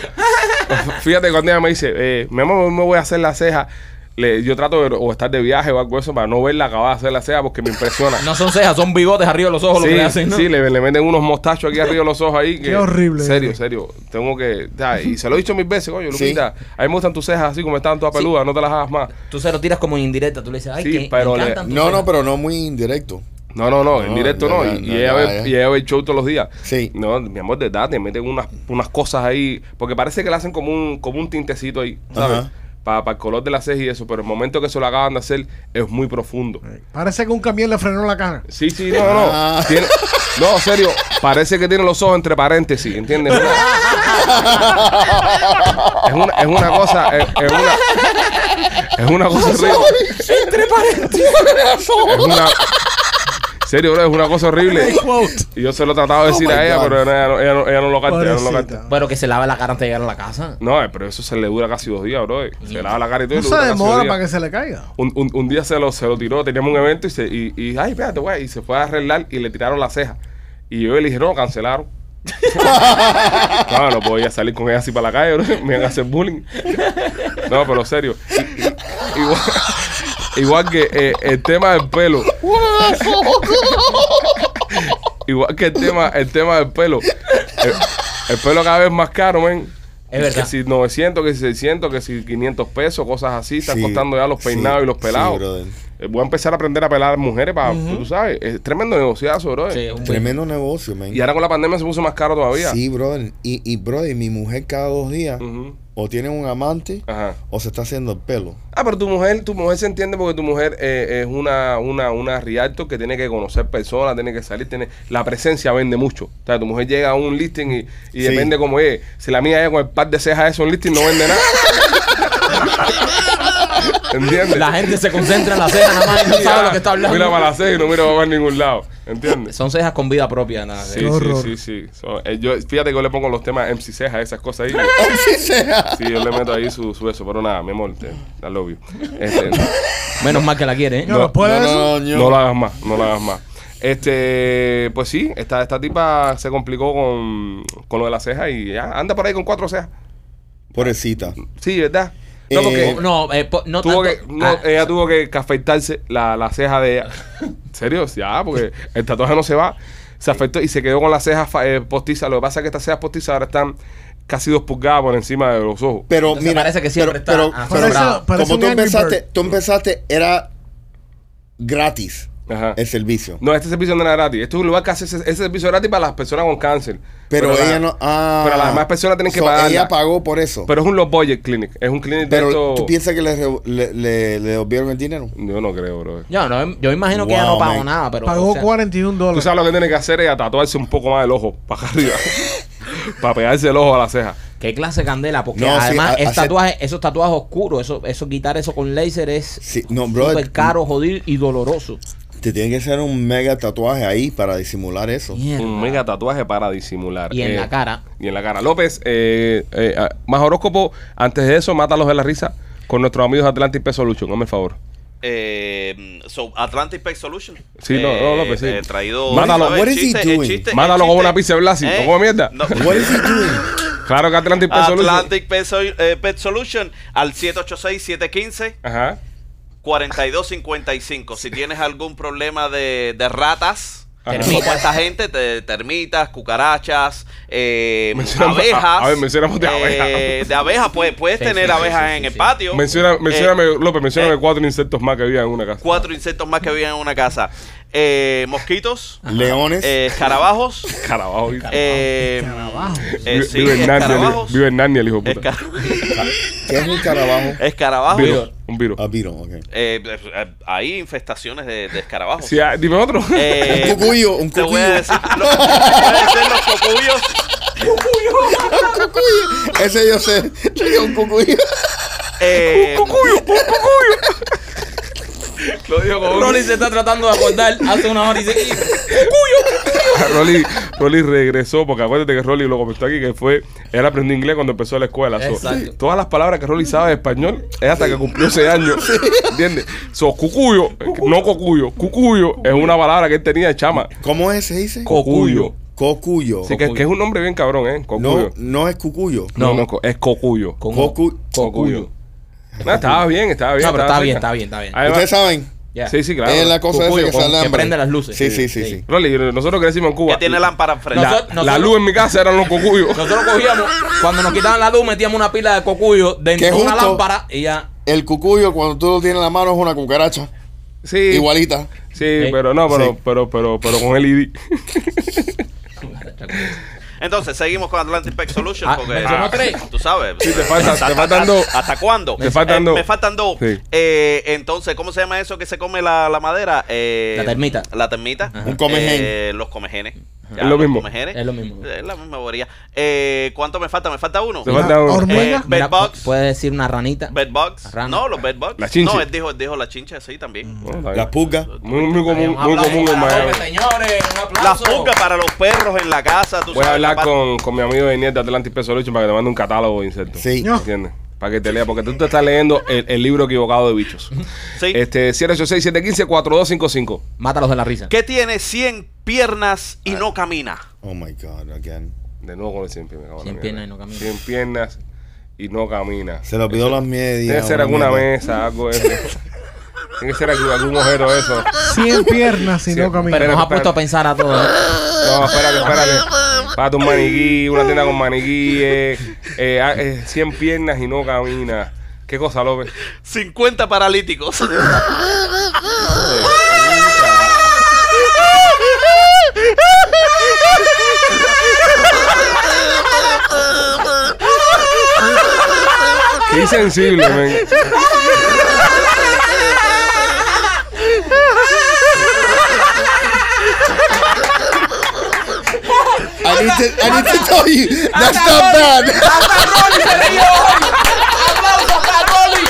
Fíjate cuando ella me dice, eh, mi amor, me voy a hacer la ceja. Le- yo trato de o estar de viaje o algo de eso para no verla acabada de hacer la ceja porque me impresiona. No son cejas, son bigotes arriba de los ojos Sí, lo que le hacen, ¿no? sí, le, le meten unos mostachos aquí arriba de los ojos ahí. Que, Qué horrible. Serio, serio. Tengo que. ya, y se lo he dicho mil veces, coño, Sí. Lupita. A mí me gustan tus cejas así como están todas peludas, no te las hagas más. Tú se lo tiras como en indirecta, tú le dices, ay, Sí, que pero me le- encantan tus No, cejas. no, pero no muy indirecto. No, no, no, en No, directo ya, no. ya, y, ya, y ella ya, ve, ya. y ella ve el show todos los días. Sí. No, mi amor, de edad, te meten unas, unas cosas ahí. Porque parece que le hacen como un, como un tintecito ahí, ¿sabes? Ajá. Para el color de la ceja y eso. Pero el momento que se lo acaban de hacer es muy profundo. Parece que un camión le frenó la cara. Sí, sí, no, no. Ah. Tiene- no, en serio, parece que tiene los ojos entre paréntesis, ¿entiendes? Una- es, una, es una cosa, es, es una. Es una cosa horrible. Entre paréntesis. Es una. en serio, bro, es una cosa horrible. Y yo se lo trataba de decir my a ella, God. pero ella, no- ella no, ella no lo capta, ella no lo capta. Pobrecita. Pero que se lave la cara antes de llegar a la casa. No, eh, pero eso se le dura casi dos días, bro. eh. Se lava la cara y todo. No y le se dura casi dos demora días. para que se le caiga. un, un, un día se lo, se lo tiró, teníamos un evento y, se, y, y, ay, espérate, güey, y se fue a arreglar y le tiraron la ceja. Y yo le dije, no, cancelaron. no, no podía salir con ella así para la calle, bro. me iban a hacer bullying. No, pero serio. I- i- Igual, igual que eh, el tema del pelo. igual que el tema, el tema del pelo. El, el pelo cada vez más caro, men. Es verdad. Que si 900, que si 600, que si 500 pesos, cosas así. Están Sí, costando ya los sí, peinados y los sí, pelados. brother. eh, voy a empezar a aprender a pelar mujeres para, tú sabes, es tremendo negociazo, bro. Sí, un buen- Tremendo negocio, man. Y ahora con la pandemia se puso más caro todavía. Sí, brother. Y, y brother, mi mujer cada dos días Ujú. Ah. o tiene un amante Ajá. o se está haciendo el pelo. Ah, pero tu mujer, tu mujer se entiende porque tu mujer eh, es una, una, una realtor que tiene que conocer personas, tiene que salir, tiene la presencia vende mucho. O sea, tu mujer llega a un listing y, y Sí. depende cómo es. Si la mía es con el par de cejas es un listing, no vende nada. ¿Entiendes? La gente se concentra en la ceja nada más y no sabe lo que está Mira para hablando. la ceja y no mira para ningún lado. ¿Entiendes? Son cejas con vida propia, nada. eh. Sí, Qué sí, horror. sí, sí. So, eh, yo, fíjate que yo le pongo los temas MC Ceja, esas cosas ahí. Sí, yo le meto ahí su, su eso, pero nada, mi amor, te, I love you. Este, Menos mal que la quiere, ¿eh? No, después de pues eso, no, no lo hagas más, no lo hagas más. Este, pues sí, esta, esta tipa se complicó con, con lo de la ceja y ya anda por ahí con cuatro cejas. Pobrecita. Sí, ¿verdad? No, Eh, porque No, eh, po- no tuvo que, tanto- no, ah, ella tuvo que que afeitarse la, la ceja de ella. ¿En serio? Ya, porque el tatuaje no se va. Se afectó y se quedó con las cejas fa- eh, postizas. Lo que pasa es que estas cejas postizas ahora están casi dos pulgadas por encima de los ojos. Pero Entonces mira, parece que siempre está ah, pero, asombrado. pero- Parece- parece como un tú Angry empezaste, Bird. tú empezaste era gratis Ajá. el servicio. No, este servicio no era gratis. Este es un lugar que hace ese, ese servicio gratis para las personas con cáncer. Pero, la- ella no. Ah, pero las demás personas tienen que pagarla. Ella pagó por eso. Pero, Pero es un low budget clinic. Es un clinic de esto. tú piensas que le, re- le, le- le devolvieron el dinero. Yo no creo, bro. Yo, no, yo imagino que ella no Wow, pagó man. nada, pero. pagó o sea, 41 Tú dólares. sabes lo que tiene que hacer es tatuarse un poco más el ojo, para arriba. para pegarse el ojo a la ceja. ¿Qué clase de candela? Porque No, sí, además, a- es hacer- tatuaje- esos tatuajes oscuros, eso, eso quitar eso con láser es Sí, no, brother. mm. súper caro, jodido y doloroso. Te tiene que hacer un mega tatuaje ahí para disimular eso. Mierda. Un mega tatuaje para disimular. eh, Y en la cara. Y en la cara. López, eh, eh, ah, más horóscopo. Antes de eso, mátalos de la risa con nuestros amigos de Atlantic Pest Solution. Hazme el favor. Eh, so, Atlantic Pay Solution. Sí, no, Eh, no, López, sí. eh, traído. Mátalo. ¿sabes? What is El he chiste, el doing? chiste, el Mátalo chiste. con una pizza de Blasi. Eh, ¿Cómo mierda? no. What is he doing? Claro que Atlantic Pest Solution. Atlantic Pet, Sol- eh, Pet Solution al 786-715-4255. Ajá. Si tienes algún problema de, de ratas, Ajá. como esta gente, te, termitas, cucarachas, eh, Mencionamos- abejas. a ver, mencionamos de eh, De abejas, pues, puedes Sí, tener sí, sí, abejas sí, en sí, el sí. patio. Menciona, Eh, mencióname, López, mencióname eh. cuatro insectos más que había en una casa. cuatro insectos más que viven en una casa. Eh, mosquitos, Leones. eh, escarabajos. Carabajo. eh, eh, Vive- sí, vive, en Narnia, el hijo- escarabajos. vive en Narnia el hijo de puta. escar- ¿Qué es un carabajo? Escarabajos. Virus, un virus. Ah, vieron, ok. Eh, eh, hay infestaciones de, de escarabajos. Sí, ah, dime otro. Eh, Un cucuyo, un Te voy a cucuyo. decir, lo- te voy a decir los cocuyos. Cucuyo. Ese yo sé. Yo digo un cucuyo. Eh, Claudio con Rolly se está tratando de acordar hace una hora y dice: Rolly, Rolly regresó, porque acuérdate que Rolly lo comentó aquí, que fue, él aprendió inglés cuando empezó la escuela. so, Exacto. todas las palabras que Rolly sabe de español es hasta que cumplió ese año. ¿Entiendes? So, cucuyo, eh, no cocuyo, cucuyo es una palabra que él tenía de chama. ¿Cómo es? ¿Se dice? Cocuyo. Cocuyo. Así que, que es un nombre bien cabrón, ¿eh? Cocuyo. No, no es cucuyo. No, no, co- es cocuyo. Con- Cocu- Cocuyo. No, estaba bien, estaba bien. No, pero estaba está bien, cerca. está bien, está bien. Además- Ustedes saben. Ya. Sí, sí, claro. Es la cosa Cocuyo, esa que se con- alambre. prende las luces. Sí, sí, sí. Sí. sí. Rolly, nosotros crecimos en Cuba. que tiene lámpara enfrente. La, Nosotros- la luz en mi casa eran los cocuyos. Nosotros cogíamos, cuando nos quitaban la luz, metíamos una pila de cocuyo dentro Que de una justo- lámpara y ya. El cucuyo, cuando tú lo tienes en la mano, es una cucaracha. Sí, Igualita. sí, pero no, pero, Sí. pero, pero, pero con el ID. Entonces, seguimos con Atlantic Pet Solution. Ah, porque, mencionó tres. Tú sabes. Sí, te falta- te faltan dos. ¿Hasta cuándo? Te faltan Eh, dos. Me faltan dos. Sí. Eh, entonces, ¿cómo se llama eso que se come la, la madera? Eh, La termita. La termita. Un comején. Eh, los comejenes. Ya, Es lo los mismo. comejenes. Es lo mismo. Es la misma bobería. Eh, ¿Cuánto me falta? ¿Me falta uno? Te falta uno. hormiga. Bed Mira, bugs. Puedes decir una ranita. Bed bugs. Rana. No, los bed bugs. La chinche. Mm. No, él dijo, él dijo la chincha, sí, también. Bueno, está bien. Las pulgas. muy, muy común, Un muy aplauso común en para Miami. López, señores. Un La aplauso. fuga para los perros en la casa. Tú Voy sabes, a hablar la parte- con, con mi amigo de Nieta Atlantic Peso Lucho para que te mande un catálogo de insectos. Sí. No. ¿Entiendes? Para que te lea, porque tú te estás leyendo el, el libro equivocado de bichos. Sí. Este, 786-715-4255. Mátalos de la risa. que tiene 100 piernas Ah. y no camina. Oh my God, again. De nuevo con el 100 piernas. cabrón, Cien mierda. piernas y no camina. Cien piernas y no camina. Se lo pidió las medias. Debe ser alguna mierda. mesa, algo de eso. Tiene que ser algún, algún objeto de eso. 100 piernas si Cien- no camina. Pero nos espérate. ha puesto a pensar a todos. ¿eh? No, espérate, espérate. Para tu eh, maniquí, una tienda con maniquíes, eh, ah, eh, 100 piernas y no camina. ¿Qué cosa, López? 50 paralíticos. Qué insensible, men. I need to, I need to tell you, that's Ah, not bad. ¡Hasta Rolly se ríe hoy! ¡Aplausos para Rolly!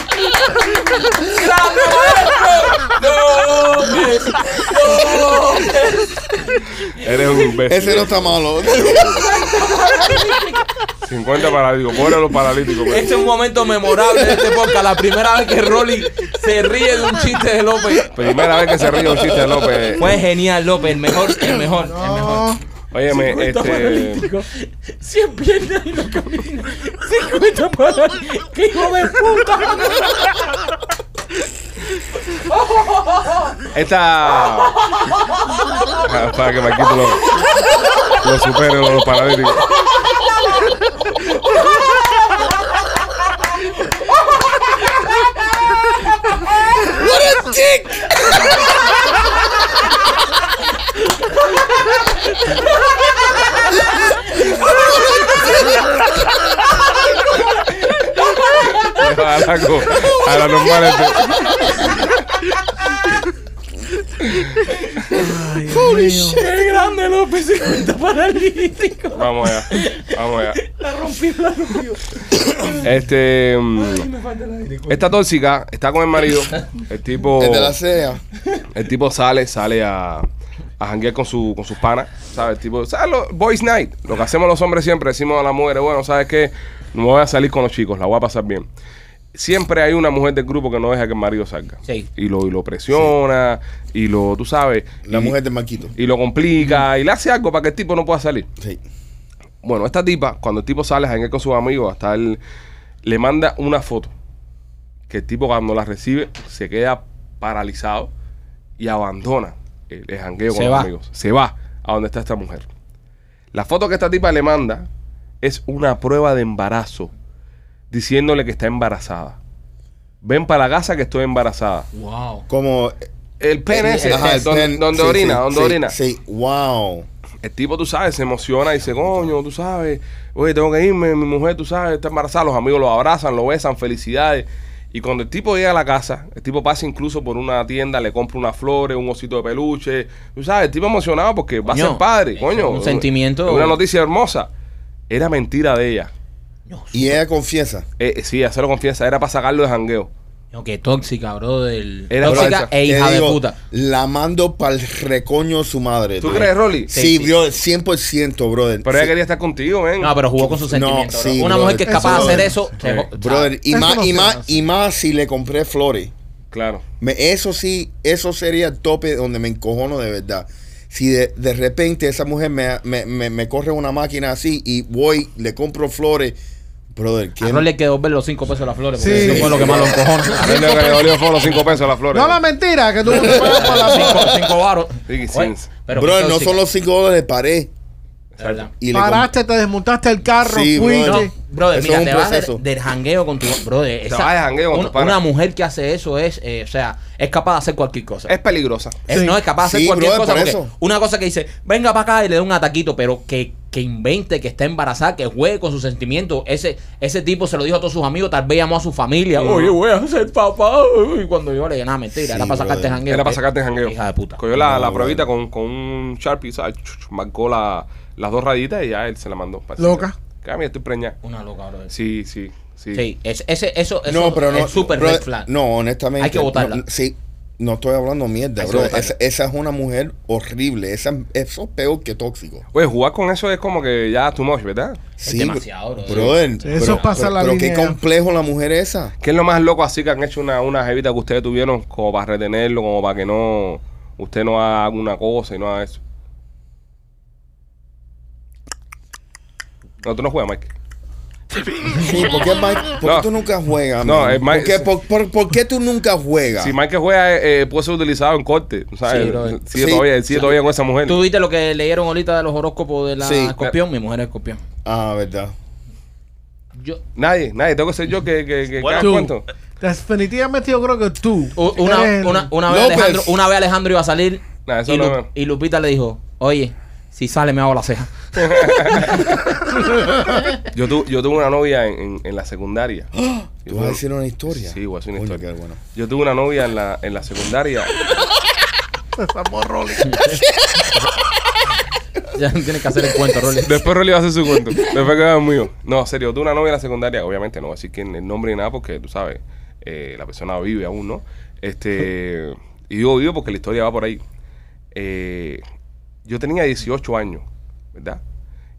¡Bravo, maestro! ¡No! es- Eres un imbécil. Ese no está malo. 50 paralíticos. Pobre los paralíticos. men. Este es un momento memorable de este podcast. La primera vez que Rolly se ríe de un chiste de López. Primera vez que se ríe un chiste de López. Fue genial, López. El mejor, el mejor, el mejor. No. Óyeme, este. 100 piernas y no camina. 50 paralíticos. ¡Qué hijo de puta! Esta. Ah, Para que Marquito lo, lo supere lo de los paralíticos. Deja de hablar con- A la normal este. Holy shit. ¡Qué grande, López! 50 paralíticos. Vamos allá, vamos allá. La rompí, la rompí. Este. mm, Esta tóxica está con el marido. El tipo. Desde la ceja. El tipo sale, sale a. A janguear con, su, con sus panas, ¿sabes? El Tipo, ¿sabes? Lo, boys night. Lo que hacemos los hombres siempre, decimos a las mujeres, bueno, ¿sabes qué? No voy a salir con los chicos, la voy a pasar bien. Siempre hay una mujer del grupo que no deja que el marido salga. Sí. Y lo, y lo presiona, y lo, tú sabes. La y- mujer de Marquito. Y lo complica, y le hace algo para que el tipo no pueda salir. Sí. Bueno, esta tipa, cuando el tipo sale a janguear con sus amigos, hasta él le manda una foto. Que el tipo cuando la recibe se queda paralizado y abandona el, el jangueo con Se los va. amigos. Se va a donde está esta mujer. La foto que esta tipa le manda es una prueba de embarazo, diciéndole que está embarazada. Ven para la casa que estoy embarazada. ¡Wow! Como. El pene ese, Ajá, eh, el donde, pen- donde sí, orina, sí, donde sí, orina. Sí, wow. El tipo, tú sabes, se emociona y dice, coño, tú sabes, oye, tengo que irme, mi mujer, tú sabes, está embarazada, los amigos lo abrazan, lo besan, felicidades. Y cuando el tipo llega a la casa, el tipo pasa incluso por una tienda, le compra unas flores, un osito de peluche, tú sabes, el tipo emocionado porque va a Coño, ser padre, es coño. un sentimiento- Es Una noticia hermosa. Era mentira de ella. Y ella confiesa. Eh, eh, sí, hacerlo confianza, era para sacarlo de jangueo. No, que tóxica, bro. Del... Era tóxica falsa. e Te hija de digo, puta. La mando para el recoño su madre. ¿Tú tío. crees, Rolly? Sí, Sí, sí. bro, 100%, brother. Pero ella Sí. quería estar contigo, ven. No, pero jugó con sus No, sentimientos. bro. sí, Una brother. mujer que es capaz de Eso, hacer eso. brother. se- Sí. o Brother, y Eso más, no se y Ah. más, hace. y más si le compré flores. Claro. Me- eso sí, eso sería el tope donde me encojono de verdad. Si de, de repente esa mujer me, me- me- me corre una máquina así y voy, le compro flores, brother, sea, ¿quién? a Rolly le quedó ver los 5 pesos de las flores. Porque Sí. eso fue lo que más lo encojona. A mí lo que le dolió fueron los cinco pesos a las flores. No la mentira, que tú no te pagas por la Cinco, cinco varos. Sí, sí. Oye, Pero qué brother, no tóxica, son los 5 dólares de pared. de verdad. Y le Paraste, te desmontaste el carro, Sí, fuiste. brother. No. Brother, Eso mira, es un te vas proceso. del, del jangueo con tu. Brother, esa, vas de jangueo con una, tu pana. una mujer que hace eso es, eh, o sea, es capaz de hacer cualquier cosa. Es peligrosa. Es- Sí. No es capaz de hacer Sí, cualquier brother, cosa. por Porque eso. Una cosa que dice, venga para acá y le da un ataquito, pero que, que invente, que está embarazada, que juegue con sus sentimientos. Ese, ese tipo se lo dijo a todos sus amigos, tal vez llamó a su familia. Oye, voy a ser papá. Y cuando yo le dije, nada, mentira, Sí, era para sacarte brother. jangueo. Era para sacarte en este jangueo. Hija de puta. Cogió la, No, la bueno. pruebita con, con un Sharpie, ¿sabes? Ch- ch- Marcó la, las dos raditas y ya él se la mandó. para decirle, Loca. Cami, ah, estoy preñada. Una loca, brother. Sí, Sí, sí, sí. es- ese, eso, eso no, pero no. es súper brother, red flag. No, honestamente. Hay que botarla. no, sí, no estoy hablando mierda, Hay que brother. botarla. Esa, esa es una mujer horrible. Esa, eso es peor que tóxico. Oye, jugar con eso es como que ya too much, ¿verdad? Sí, demasiado, brother. brother, Sí, eso pero- pasa pero- la Pero qué línea. complejo la mujer esa. ¿Qué es lo más loco así que han hecho una, una jevita que ustedes tuvieron como para retenerlo, como para que no usted no haga alguna cosa y no haga eso? No, tú no juegas, Mike. Sí, ¿por qué, Mike, por qué No. tú nunca juegas? No, man? es Mike- ¿Por, qué, por, por- por qué tú nunca juegas? Si Mike juega, eh, eh, puede ser utilizado en corte. ¿sabes? Sí, brother. sigue Sí. todavía, sigue todavía con esa mujer. Tú viste lo que leyeron ahorita de los horóscopos de la Sí. escorpión. Mi mujer es escorpión. Ah, verdad. yo, Nadie, nadie. Tengo que ser yo que, que, que Bueno, cada Tú. cuento. Definitivamente yo creo que tú. u- una, eres el- una, una vez López. Alejandro, una vez Alejandro iba a salir Nah, eso y, no Lu- me- y Lupita le dijo, oye, si sale me hago la ceja. Yo, tu- yo tuve una novia en, en- en la secundaria. Yo ¿Tú vas a tuve- decir una historia? Sí, voy a decir una Coño, historia. qué bueno. Yo tuve una novia en la, en la secundaria. ya no tienes que hacer el cuento, Rolly. Después Rolly va a hacer su cuento. Después que haga el mío. No, serio, tuve una novia en la secundaria. Obviamente no voy a decir quién, el nombre ni nada porque tú sabes, eh, la persona vive aún, ¿no? Este, y digo vive porque la historia va por ahí. Eh, yo tenía 18 años, ¿verdad?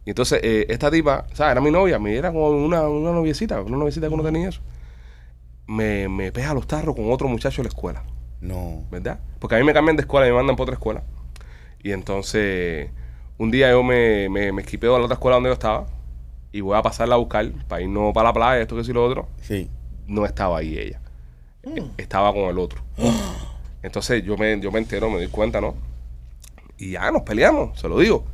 Y entonces eh, esta tipa, o sea, era mi novia, me era como una, una noviecita, una noviecita que uno tenía eso. Me, me pega los tarros con otro muchacho de la escuela. No. ¿verdad? Porque a mí me cambian de escuela y me mandan para otra escuela. Y entonces, un día yo me, me, me esquipeo a la otra escuela donde yo estaba y voy a pasarla a buscar para irnos para la playa, esto que sí lo otro. Sí. No estaba ahí ella. E- Estaba con el otro. Entonces yo me, yo me entero, me doy cuenta, ¿no? Y ya nos peleamos, se lo digo.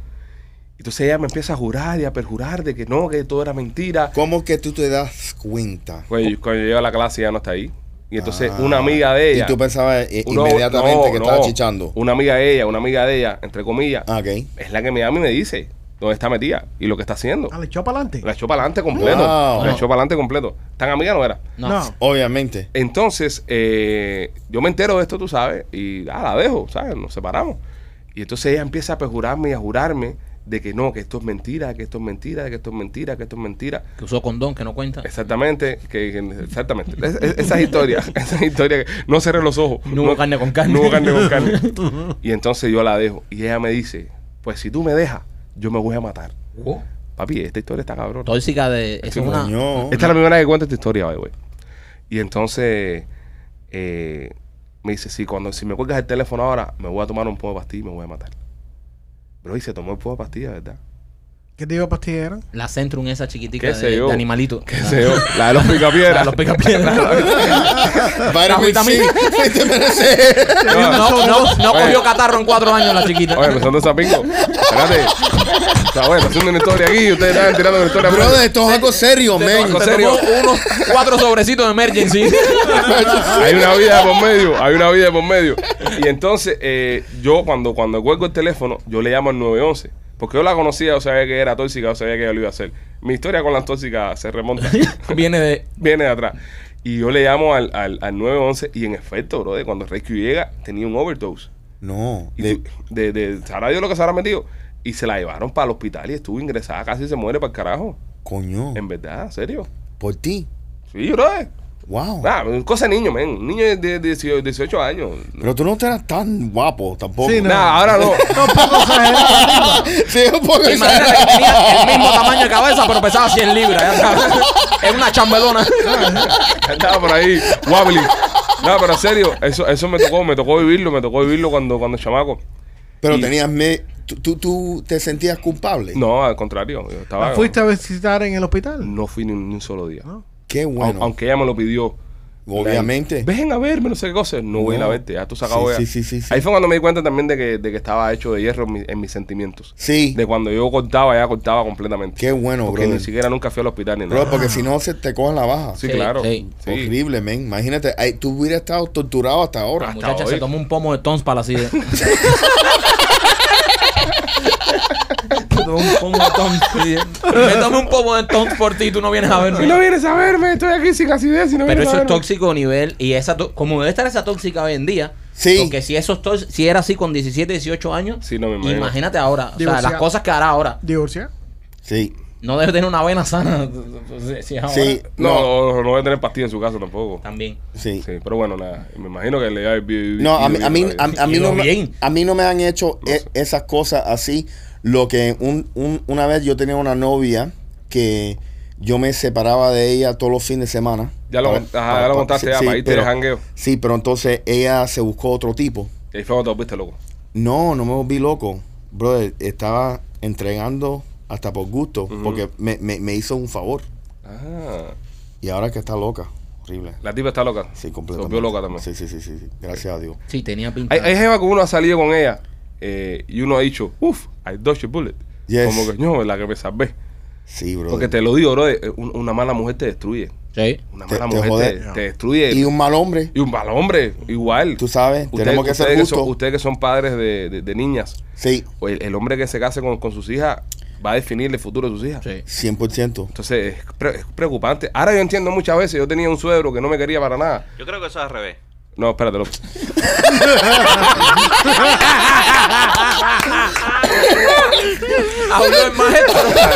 Entonces ella me empieza a jurar y a perjurar de que no, que todo era mentira. ¿Cómo que tú te das cuenta? Cuando, yo- cuando yo llego a la clase ya no está ahí. Y entonces Ah. una amiga de ella... Y tú pensabas eh, Uno- inmediatamente no, que no. estaba chichando. Una amiga de ella, una amiga de ella, entre comillas, Ah, ok. es la que me llama y me dice dónde está metida y lo que está haciendo. Ah, le echó para adelante. La echó para adelante completo. Wow. La echó para adelante completo. Tan amiga no era. No. No. Obviamente. Entonces, eh, yo me entero de esto, tú sabes, y ah, la dejo, ¿sabes? Nos separamos. Y entonces ella empieza a perjurarme y a jurarme de que no, que esto es mentira, que esto es mentira, que esto es mentira, que esto es mentira. Que usó condón, que no cuenta. Exactamente, que, que- exactamente. Es- es- esas historias, esas historias. que- No cerré los ojos. No hubo carne con carne. No hubo carne con carne. Y entonces yo la dejo. Y ella me dice, pues si tú me dejas, yo me voy a matar. Oh, Papi, esta historia está cabrón. tóxica de... Eso Ah. es una... Coño. Esta es la primera vez que cuento esta historia, güey. Y entonces eh, me dice, sí, cuando si me cuelgas el teléfono ahora, me voy a tomar un poco de pastilla y me voy a matar. Pero y se tomó el poco de pastilla, ¿verdad? ¿Qué te iba a pastillar? La Centrum esa chiquitica ¿Qué sé de, de yo? animalito. ¿Qué sé yo? La de los picapiedras. La de los picapiedras. Vitamin La vitamina. C. Vitamin C. No, No, no, no cogió catarro en cuatro años la chiquita. Oye, pues, empezando esa pingo. Espérate. Está bueno, haciendo una historia aquí y ustedes están tirando una historia. Brother, esto es algo serio, Se men. ¿en tomó serio? unos cuatro sobrecitos de emergency. hay una vida de por medio, hay una vida de por medio. Y entonces, eh, yo cuando, cuando cuelgo el teléfono, yo le llamo al 911. Porque yo la conocía, yo sabía que era tóxica, yo sabía que ella lo iba a hacer. Mi historia con las tóxicas se remonta, Viene de... viene de atrás. Y yo le llamo al, al, al 911 y en efecto, brother, cuando Rescue llega, tenía un overdose. No. Y de- tú- de, de, sabrá Dios lo que se habrá metido. Y se la llevaron para el hospital y estuvo ingresada, casi se muere para el carajo. coño. En verdad, serio. Por ti. Sí, brother. Wow. Nah, cosa de niño, men. Un niño de, de 18 18 años. Pero tú no te eras tan guapo tampoco. Sí, no. Nah, ahora no. Sí, un poco Imagínate que tenía el mismo tamaño de cabeza, pero pesaba 100 libras. ya sabes. Es una chambelona. Andaba por ahí, wobbly. No, pero en serio, eso, eso me tocó, me tocó vivirlo, me tocó vivirlo cuando, cuando chamaco. Pero Y- tenías me... tú, tú, tú te sentías culpable. No, al contrario. Yo estaba, Ah, ¿La fuiste a visitar en el hospital? No fui ni, un- ni un solo día. Qué Au- Ah, bueno. Aunque ella me lo pidió. Obviamente. Ven a verme, no sé qué cosa. No, voy a ir a No. verte, ya tú sacado Sí, ya. sí, sí, sí, sí. Ahí fue cuando me di cuenta también de que, de que estaba hecho de hierro en, mi- en mis sentimientos. Sí. De cuando yo cortaba, ya cortaba completamente. Qué bueno, Porque ni brother. siquiera nunca fui al hospital ni nada. Bro, porque si no se te cojan la baja. Sí, Sí, claro. sí. Sí. Horrible, men. Imagínate, ay, tú hubieras estado torturado hasta La ahora. muchacha hoy. se tomó un pomo de Tons para así de. Se tomó un pomo de Tons. sí, de- Me tomé un pomo de Tons por ti, tú no vienes a Si no verme. vienes a verme, estoy aquí sin acidez. Si no Pero vienes eso a es verme. tóxico nivel. Y esa tó- como debe estar esa tóxica hoy en día. Sí. Porque si eso es tóx- si era así con 17, 18 años. Sí, no me imagino. Imagínate ahora. O sea, Divorciada. las cosas que hará ahora. Divorcia. Sí. No debe tener una vena sana. Si es ahora, Sí. No, no, no, no voy a tener pastillas en su casa tampoco. También. Sí. Sí, pero bueno, nada. Me imagino que le ha vivido. No, a mí, a mí, a, a mí Y no lo me, bien. a mí no me han hecho No e- sé. esas cosas así. Lo que un- un- una vez yo tenía una novia que yo me separaba de ella todos los fines de semana. Ya lo- ajá, ya lo contaste, ya, para irte de pero, jangueo. Sí, pero entonces ella se buscó otro tipo. Ahí fue cuando te viste loco. No, no me volví loco. Brother, estaba entregando hasta por gusto Ujú. porque me, me- me hizo un favor. Ah, Y ahora que está loca, horrible. la tipa está loca. Sí, Se completamente. volvió loca también. Sí, sí, sí, sí. sí. Gracias a Dios. Sí, tenía pinta. Hay, hay jeva que uno ha salido con ella eh, y uno ha dicho, uff, I dodged a bullet. Yes. Como que, no, la que me salvé. Sí, bro. Porque te lo digo, bro, eh, un- una mala mujer te destruye. Sí. Una Te- mala te mujer jode. te, te destruye. Y un mal hombre, Y un mal hombre, igual. tú sabes, Ustedes- tenemos que ser ustedes justos. son- ustedes que son padres de, de- de niñas, Sí, o el, el hombre que se case con, con sus hijas va a definir el futuro de sus hijas. Sí. 100%. Entonces es, pre- es preocupante. Ahora yo entiendo muchas veces, yo tenía un suegro que no me quería para nada. Yo creo que eso es al revés. No, espérate, López. Habló el maestro. Ahora-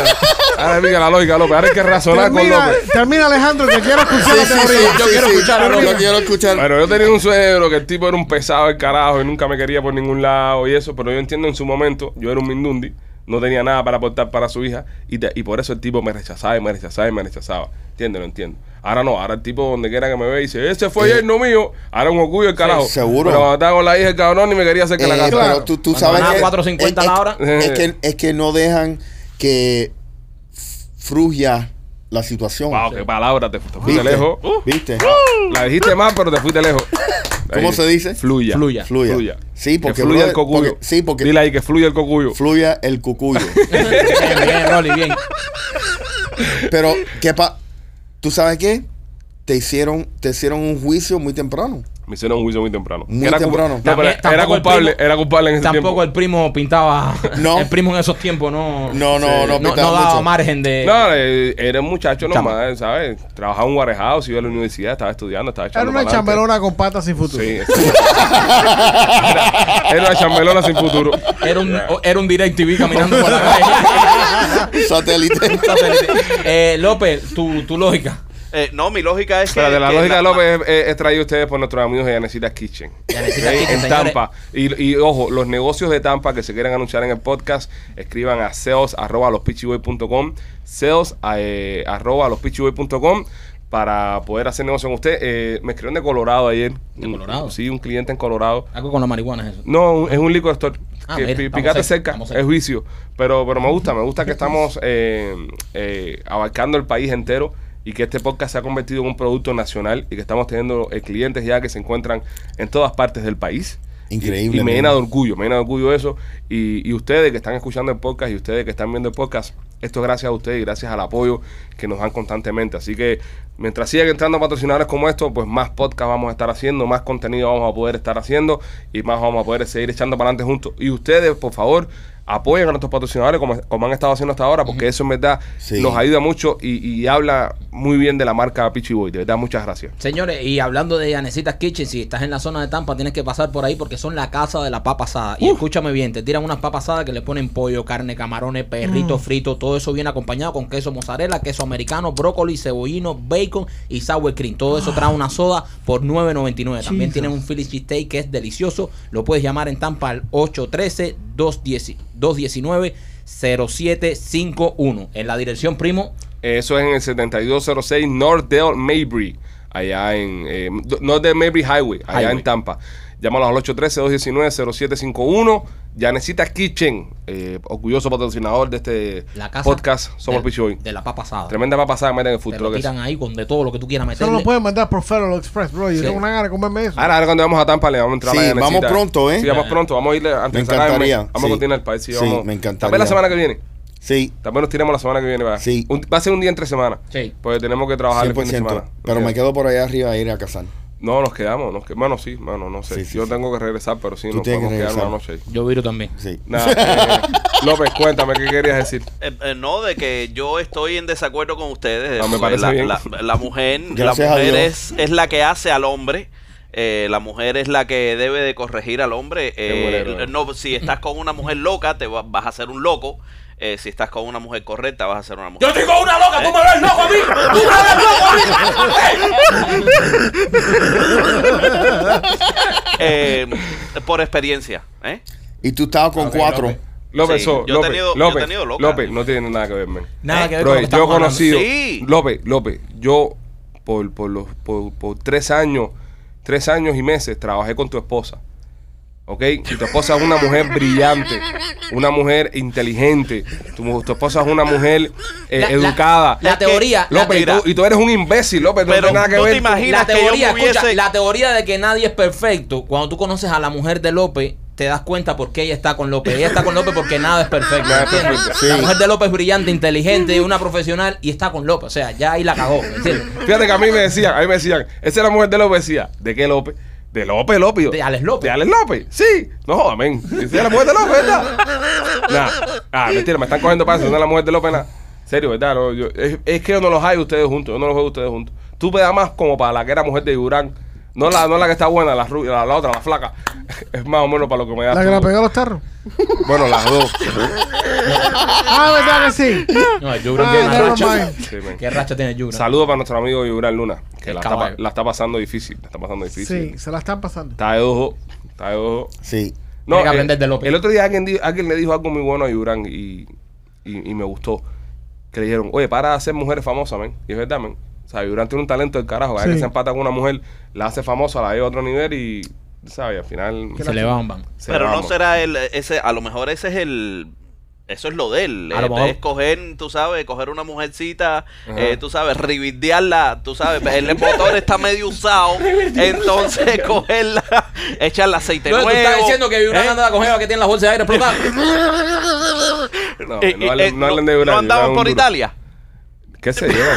Ahora mira la lógica, López. Ahora hay que razonar con Termina, López. termina Alejandro, que quiero escuchar la teoría. yo quiero escuchar, Yo Robert. quiero escuchar. Bueno, yo tenía un suegro que el tipo era un pesado del carajo y nunca me quería por ningún lado y eso, pero yo entiendo en su momento, yo era un mindundi, no tenía nada para aportar para su hija y, te- y por eso el tipo me rechazaba y me rechazaba y me rechazaba. ¿Entiendes? Lo entiendo. Ahora no, ahora el tipo donde quiera que me ve dice, ese fue Eh. yerno mío, ahora un orgullo el carajo. seguro. Pero cuando estaba con la hija el cabrón y me quería hacer que la casa. Eh, Pero tú, tú Cuando sabes ganaba que... 4.50 es- la hora. Es, es que, es que no dejan que fruya la situación. Wow, qué palabra, te, te fuiste ¿Viste? lejos. Uh. ¿Viste? La dijiste más, pero te fuiste lejos. ¿Cómo se dice? Fluya. Fluya. Fluya. Fluya. Sí, porque, que fluya brother, el cocuyo. porque- sí, porque- Dile ahí que fluya el cocuyo. Fluya el cucuyo. bien, bien, Rolly, bien. Pero, ¿qué pa ¿Tú sabes qué? Te hicieron, te hicieron un juicio muy temprano. Me hicieron un juicio muy temprano. Muy era culpa- temprano. no, También- pero era tampoco el culpable, primo- era culpable en ese Tampoco tiempo. el primo pintaba. No. El primo en esos tiempos no. No, no, no, no, pintaba no daba mucho. margen de. No, eh, era un muchacho Chama. nomás, ¿sabes? Trabajaba en un guarejado, se iba a la universidad, estaba estudiando, estaba Era echando una pa'lante. chambelona con patas sin futuro. Sí. exacto. era, era una chambelona sin futuro. Era un, Ya. era un DirecTV caminando por la calle. Satélite. eh, López, tu, tu lógica. Eh, no, mi lógica es que. Espérate, la que lógica de la- López es, es- es traída a ustedes por nuestros amigos de Yanecita Kitchen. Yanecita Ok, Kitchen, en señores. Tampa. Y, y, ojo, los negocios de Tampa que se quieran anunciar en el podcast, escriban a sales arroba lospitchyboy.com, sales eh, arroba lospitchyboy.com para poder hacer negocio con usted. Eh, me escribieron de Colorado ayer. ¿De Colorado? Sí, un cliente en Colorado. Algo con la marihuana es eso. No, un- es un liquor store. Ah, que mira, pi- estamos picate cerca, cerca, estamos cerca. es vicio. Pero, pero me gusta, me gusta que estamos eh, eh, abarcando el país entero y que este podcast se ha convertido en un producto nacional y que estamos teniendo eh, clientes ya que se encuentran en todas partes del país. Increíble. Y me man. llena de orgullo, me llena de orgullo eso. Y, y ustedes que están escuchando el podcast y ustedes que están viendo el podcast, esto es gracias a ustedes y gracias al apoyo que nos dan constantemente. Así que mientras sigan entrando patrocinadores como estos, pues más podcast vamos a estar haciendo, más contenido vamos a poder estar haciendo y más vamos a poder seguir echando para adelante juntos. Y ustedes, por favor, apoyen a nuestros patrocinadores como, como han estado haciendo hasta ahora, porque eso en verdad Sí. nos ayuda mucho y, y habla muy bien de la marca Pichi Boy. De verdad, muchas gracias. Señores, y hablando de Yanecitas Kitchen, si estás en la zona de Tampa, tienes que pasar por ahí porque son la casa de la papa asada. Y escúchame bien, te tiran unas papas asadas que le ponen pollo, carne, camarones, perrito Mm. frito, todo eso bien acompañado con queso mozzarella, queso americano, brócoli, cebollino, bacon y sour cream. Todo eso trae una soda por 9.99. También Jesus. tienen un Philly cheese steak que es delicioso. Lo puedes llamar en Tampa al 813 219 0751. En la dirección, primo, Eso es en el 7206 Northdale Mabry, allá en eh, do- Northdale Mabry Highway, allá Highway. en Tampa. Llámalos al 813-219-0751. Yanecita Kitchen, eh, orgulloso patrocinador de este la casa. podcast Somos del- Pichi Boy. De la papa asada. Tremenda va a pasar, meten el Te futuro. lo tiran ahí con de todo lo que tú quieras meter. Solo lo pueden mandar por Federal Express, bro. Yo Sí. tengo una gana de comerme eso. Ahora, ahora cuando vamos a Tampa le vamos a entrar a Sí, la Yanecita. vamos pronto, ¿eh? Sí, vamos pronto, vamos a irle antes Me de cerrar, encantaría, Vamos sí. a continuar el país. Sí, Sí, vamos. me encantaría. Tal vez la semana que viene. Sí, También nos tiramos la semana que viene. ¿verdad? Sí. Un- va a ser un día entre semana. Sí. Porque tenemos que trabajar el fin de 100%. semana. Pero me Sí. quedo por allá arriba a ir a cazar. No, nos quedamos, nos quedamos. Bueno, sí, mano, no sé. Sí, sí, Yo sí. tengo que regresar, pero sí, Tú nos tienes que podemos quedar una regresar. noche ahí. Yo viro también. Sí. Nada, eh, López, cuéntame, ¿qué querías decir? Eh, eh, no, de que yo estoy en desacuerdo con ustedes. Ah, me Eh, parece la, bien. la- la mujer, la Gracias a mujer Dios. es, es la que hace al hombre. Eh, la mujer es la que debe de corregir al hombre. Eh, bolero, eh. no, si estás con una mujer loca, te va- vas a ser un loco. Eh, si estás con una mujer correcta, vas a ser una mujer. Yo tengo una loca, tú me ves loco a mí. Tú me ves loco a mí. Eh, por experiencia. ¿eh? Y tú estabas con cuatro. López, Sí, so, yo he López, tenido- yo he López, tenido loca. López, no tiene nada que ver, men. Nada que ver Eh, Bro, con lo yo que he estamos hablando. conocido. Sí. López, López, yo por, por, los, por, por tres años, tres años y meses trabajé con tu esposa. ¿Ok? Y tu esposa es una mujer brillante, una mujer inteligente. Tu, tu esposa es una mujer eh, La- la- educada. La Es que- teoría. la López, y mira. tú, y tú eres un imbécil, López, no Pero tiene nada que tú te ver. imaginas la que yo teoría, me hubiese- escucha, la teoría de que nadie es perfecto, cuando tú conoces a la mujer de López, te das cuenta por qué ella está con López. Ella está con López porque nada es perfecto. Nada es ¿entiendes? perfecto. La Sí. mujer de López es brillante, inteligente, una profesional y está con López. O sea, ya ahí la cagó. ¿entiendes? Fíjate que a mí me decían, a mí me decían, esa es la mujer de López, decía, ¿de qué López? De López, López. Yo, De Alex López. De Alex López, sí. No jodas, men. Esa es la mujer de López, ¿verdad? Nah. Ah, mentira, me están cogiendo paso, no es la mujer de López, nada. Serio, ¿verdad? No, yo- es, es que yo no los hay ustedes juntos, yo no los veo ustedes juntos. Tú me das más como para la que era mujer de Durán. No la, no la que está buena, la, rubia, la, la otra, la flaca. Es más o menos para lo que me das. La que tú. la pegó a los tarros. Bueno, las dos. Ah, ¿verdad que sí? No, el Jura tiene Ah, una never racha. mind. Sí, men. ¿Qué racha tiene el Jura? Saludos para nuestro amigo Yurán Luna, que El la está, caballo. pa- la está pasando difícil. La está pasando difícil. Sí, se la están pasando. Está de ojo, está de ojo. Sí. Tiene que aprender de López. eh, El otro día alguien, di- alguien le dijo algo muy bueno a Yurán y, y, y me gustó. Que le dijeron, oye, para de hacer mujeres famosas, men. Y es verdad, men. O sea, Yurán tiene un talento del carajo. Cada vez Sí. que se empata con una mujer, la hace famosa, la lleva a otro nivel y, ¿sabes? Al final... Se le van, van. se Pero la no vamos. será el, ese, a lo mejor ese es el, eso es lo de él. A lo eh, mejor. Es coger, tú sabes, coger una mujercita, Ajá. eh, tú sabes, ribidearla, tú sabes, pues el motor está medio usado, entonces cogerla, echarle aceite Luego, nuevo. tú estás diciendo que Durán ¿eh? anda con Jeva que tiene las bolsas de aire explotadas. No, Eh, no eh, hablen- eh, no hablen de no- Yurán. ¿no Yurán andabas es un por duro. Italia? ¿Qué se lleva?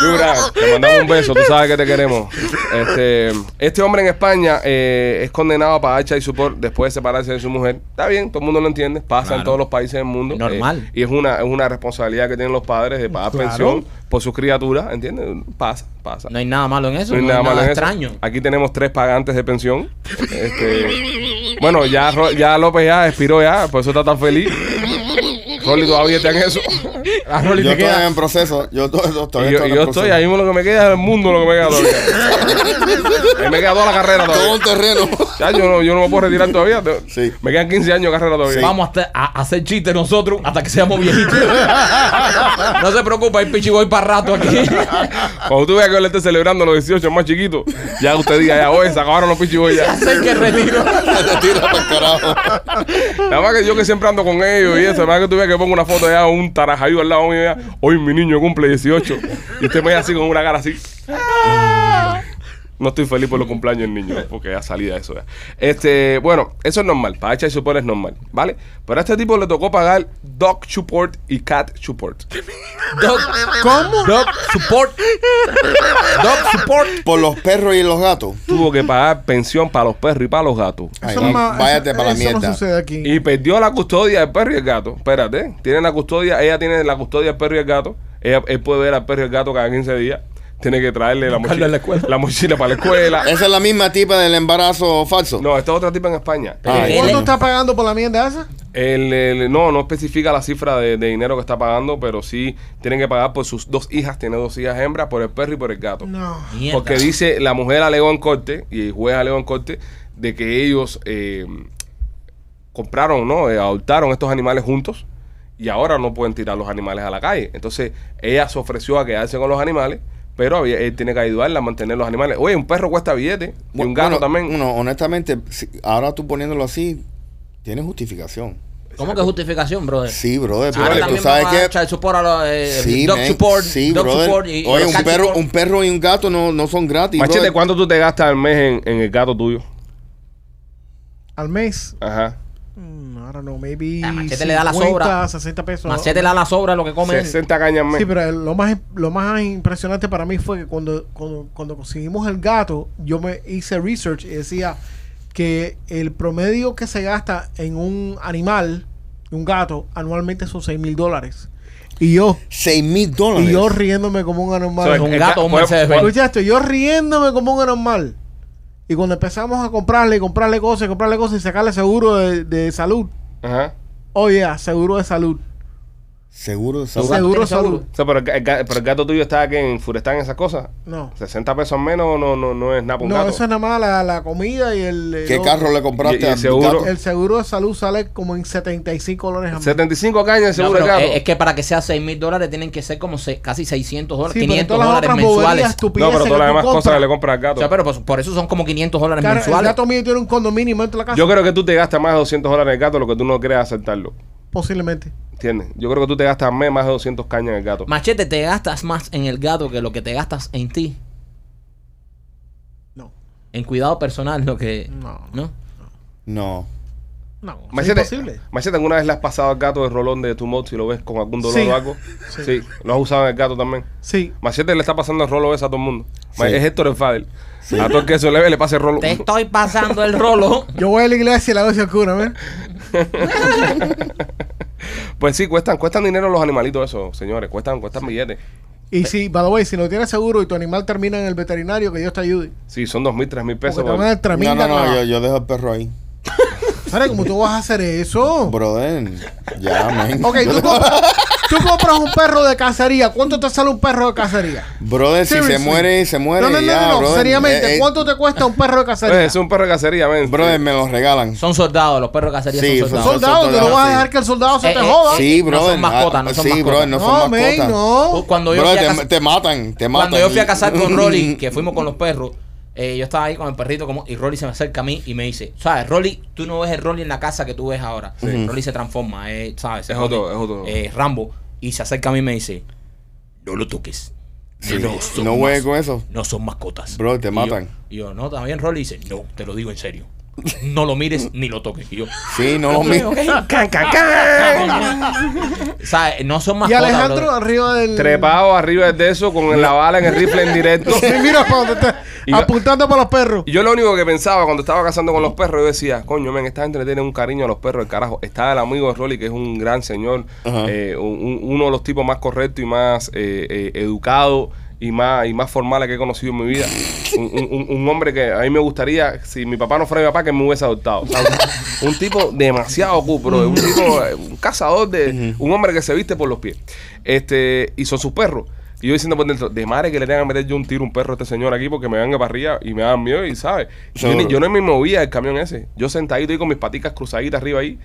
Yura, te mandamos un beso, tú sabes que te queremos. Este, este hombre en España eh, es condenado a pagar child support después de separarse de su mujer. Está bien, todo el mundo lo entiende, pasa en Claro. todos los países del mundo. Es normal. eh, y es una, es una responsabilidad que tienen los padres de pagar Claro. pensión por sus criaturas, ¿entiendes? Pasa, pasa. No hay nada malo en eso. No hay nada, malo en eso. extraño. Aquí tenemos tres pagantes de pensión. Este, bueno, ya, Ro- ya López ya expiró ya, por eso está tan feliz. Rolly todavía está en eso. A Yo Rolly te estoy queda- en proceso. Yo, to- yo Y todavía yo, estoy y yo en el estoy, proceso. ahí mismo lo que me queda es el mundo lo que me queda todavía. Ahí me queda toda la carrera Todo un todavía. terreno. Ya, yo, no, yo no me puedo retirar todavía. Sí. Me quedan 15 años de carrera todavía. Vamos a, hacer- a- a hacer chistes nosotros hasta que seamos viejitos. no se preocupe, hay pichiboy para rato aquí. Cuando tú veas que yo le esté celebrando los 18 más chiquitos, ya usted diga, ya, oye, se acabaron los pichibos ya. Hacer que retiro. Te tira para el carajo. Nada más que yo que siempre ando con ellos y eso, nada más que tú veas que pongo una foto ya, un tarajayo al lado mío ya, hoy mi niño cumple 18. Y usted me ve así con una cara así. No estoy feliz por los cumpleaños del niño, porque ya salía eso ya. Este, bueno, eso es normal. Para echar support es normal, ¿vale? Pero a este tipo le tocó pagar dog support y cat support. Dog, ¿Cómo? dog support. Dog support. Por los perros y los gatos. Tuvo que pagar pensión para los perros y para los gatos. Ay, Eso no ma- váyate eso- para la eso mierda. no sucede aquí. Y perdió la custodia del perro y el gato. Espérate, tiene la custodia, ella tiene la custodia del perro y el gato. Ella, él puede ver al perro y el gato cada 15 días. Tiene que traerle la Buscarlo mochila, en la escuela. la mochila para la escuela. Esa es la misma tipa del embarazo falso. No, esta es otra tipa en España. Ah, Él- ¿Cuánto está pagando por la mierda esa? El, el- no, no especifica la cifra de, de dinero que está pagando, pero sí tienen que pagar por sus dos hijas. Tiene dos hijas hembras, por el perro y por el gato. No. Mierda. Porque dice, la mujer alegó en corte, y el juez alegó en corte, de que ellos eh, compraron, ¿no? Eh, adoptaron estos animales juntos y ahora no pueden tirar los animales a la calle. Entonces, ella se ofreció a quedarse con los animales, pero había- él tiene que ayudarla a mantener los animales. Oye, un perro cuesta billete y un gato Bueno, también. No, honestamente, si- ahora tú poniéndolo así, tiene justificación. ¿Cómo que justificación, brother? Sí, brother, Ahora porque tú también sabes vamos a que. echar support a los, eh, Sí, dog man, support, sí, dog brother. support y- y Oye, los un cat perro, support. un perro y un gato no, no son gratis. Machete, brother. ¿cuánto tú te gastas al mes en, en el gato tuyo? Al mes. Ajá. Mm, ahora no, maybe. Ah, Machete le da la 50, sobra. 60 pesos. Machete la la sobra lo que come. 60 cañas al mes. Sí, pero el- lo más, lo más impresionante para mí fue que cuando, cuando, cuando conseguimos el gato, yo me hice research y decía que el promedio que se gasta en un animal, un gato, anualmente son 6 mil dólares. Y yo, 6 mil dólares. y yo riéndome como un So, animal. un el gato ga- o un bueno, Mercedes-Benz. bueno, Escuchaste, yo riéndome como un animal. Y cuando empezamos a comprarle, y comprarle cosas, y comprarle cosas y sacarle seguro de, de salud. Ajá. Oye, seguro de salud. Seguro de salud. Seguro de tienes seguro? salud. O sea, pero, el ga- el ga- pero el gato tuyo está aquí en Furestán, esas cosas. No. 60 pesos menos no, no, no es nada para un No, gato. eso es nada más la, la comida y el... el ¿Qué otro. carro le Y- y compraste al seguro- gato? El seguro de salud sale como en 75 dólares al mes. 75 cañas No, seguro pero el gato. es, es que para que sea 6 mil dólares tienen que ser como se- casi 600 dólares, Sí, pero 500 todas las dólares otras boberías, mensuales. no, estupideces pero todas que las tú demás cosas compras. que le compra al gato. O sea, pero pues, por eso son como 500 dólares Cara, el mensuales. gato mío tiene un condominio dentro de la casa. Yo creo que tú te gastas más de 200 dólares en el gato, lo que tú no creas aceptarlo. Posiblemente. ¿Entiendes? Yo creo que tú te gastas me- más de 200 cañas en el gato. Machete, te gastas más en el gato que lo que te gastas en ti. No. en cuidado personal lo que. No. ¿No? No. No, es Machete, imposible. Machete, ¿alguna vez le has pasado al gato el rolón de tu mod si lo ves con algún dolor Sí. o algo? Sí. Sí. ¿Lo has usado en el gato también? Sí. Machete le está pasando el rolo ese a todo el mundo. Sí. Es Héctor el Fader. A todo el que se le ve le pasa el rolo. Te estoy pasando el rolo. Yo voy a la iglesia y la doy al cura, ¿ves? Pues sí, cuestan, cuestan dinero los animalitos esos, señores. Cuestan, cuestan billetes. Y sí, by the way, si no tienes seguro y tu animal termina en el veterinario, que Dios te ayude. Sí, son dos mil, tres mil Porque pesos. te van a dar No, tramita. no, no, clava. yo, yo dejo el perro ahí. Ahora, ¿cómo tú vas a hacer eso? Brother, ya, man. Ok, Yo tú dejo- compras, tú compras un perro de cacería. ¿Cuánto te sale un perro de cacería? Brother, si se Seriously. muere, se muere. no, no, no, ya, no, no, brother. Eh, seriamente, eh, ¿cuánto te cuesta un perro de Pues cacería? es un perro de cacería, ven. Brother, me los regalan. Son soldados, los perros de cacería Sí, son son soldados. soldado, tú no soldado, vas a sí. dejar que el soldado se Eh, te eh, joda. sí, Sí, no brother. son mascotas, no ah, son Sí, mascotas. brother, no son men, mascotas. no. Cuando yo Brother, fui a te, caz- te matan, te matan. Cuando yo fui a cazar con Rolly, que fuimos con los perros, eh, yo estaba ahí con el perrito como, y Rolly se me acerca a mí y me dice, ¿sabes? Rolly, tú no ves el Rolly en la casa que tú ves ahora. Rolly se transforma, eh, ¿sabes? Se Es pone, otro, es otro. eh, Rambo. Y se acerca a mí y me dice, no lo toques. Sí, No, son no juegues mas- con eso. No son mascotas. Bro, te Y matan. yo- Y yo, no, también Rolly dice, no, te lo digo en serio. No lo mires ni lo toques. Y yo, Sí, no los mismo. Eh, "Ok". ¿Sabes? No son Y mascotas. Alejandro brother. arriba del. Trepado arriba de eso con la bala en el rifle en directo. Sí, mira para donde está. Y yo- Apuntando para los perros. Y Yo lo único que pensaba cuando estaba cazando con los perros, yo decía, coño, men, esta gente le tiene un cariño a los perros, el carajo. Está el amigo de Rolly, que es un gran señor, Ajá. eh, un- un- uno de los tipos más correctos y más eh, eh, educado y más, y más formal que he conocido en mi vida. un, un- un- un hombre que a mí me gustaría, si mi papá no fuera mi papá, que me hubiese adoptado. O sea, un, un tipo demasiado cool, bro. Un tipo, eh, un cazador de, un hombre que se viste por los pies. Este, y son sus perros. Y yo diciendo por dentro, de madre que le tengan que meter yo un tiro a un perro a este señor aquí porque me van a parrilla y me dan miedo y sabes. Yo, ni- Seguro. yo no me movía del camión ese. Yo sentadito ahí con mis paticas cruzaditas arriba ahí.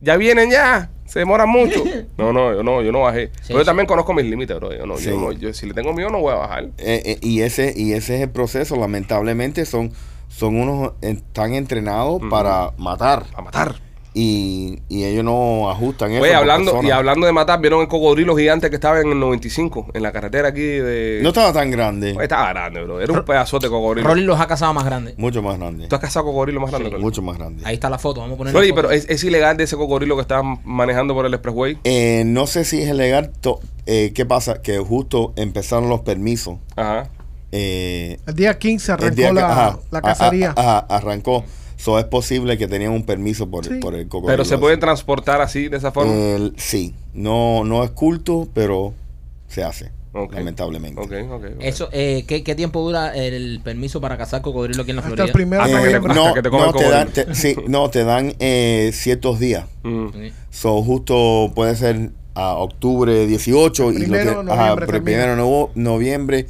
Ya vienen ya, se demoran mucho. No, no, yo no, yo no bajé. Pero yo sí. también conozco mis límites, bro. Yo no, Sí. yo no- yo- si le tengo miedo no voy a bajar. Eh, eh, y ese y ese es el proceso lamentablemente son son unos eh, tan entrenados para matar A matar. y, y ellos no ajustan eso Oye, por hablando, persona. y hablando de matar, ¿vieron el cocodrilo gigante que estaba en el 95? En la carretera aquí de... no estaba tan grande Oye, estaba grande, bro. Era un pedazote de cocodrilo. Rolly los ha cazado más grandes. mucho más grande ¿Tú has cazado cocodrilo más grande, Rolly? mucho más grande Ahí está la foto, vamos a poner. Rolly, pero ¿es, es ilegal de ese cocodrilo que estaban manejando por el expressway? Eh, no sé si es legal to- eh, qué pasa que justo empezaron los permisos Ajá. eh, El día 15 el arrancó día que- la, ajá, la a- a- cacería. ajá, arrancó so, es posible que tenían un permiso por, Sí. por el cocodrilo Pero se pueden transportar así, de esa forma. El- sí no no es culto pero se hace Ok. lamentablemente Ok, ok. ok. Eso, eh, ¿qué, ¿Qué tiempo dura el permiso para cazar cocodrilo aquí en la Hasta Florida? el primero de Hasta que te- noviembre. hasta no, que te no, coman te dan, cocodrilo. te- sí, no, te dan eh, ciertos días. Mm. Sí. So, justo puede ser a octubre 18 y Primero lo de que, ajá, noviembre pero termina. primero de novo- noviembre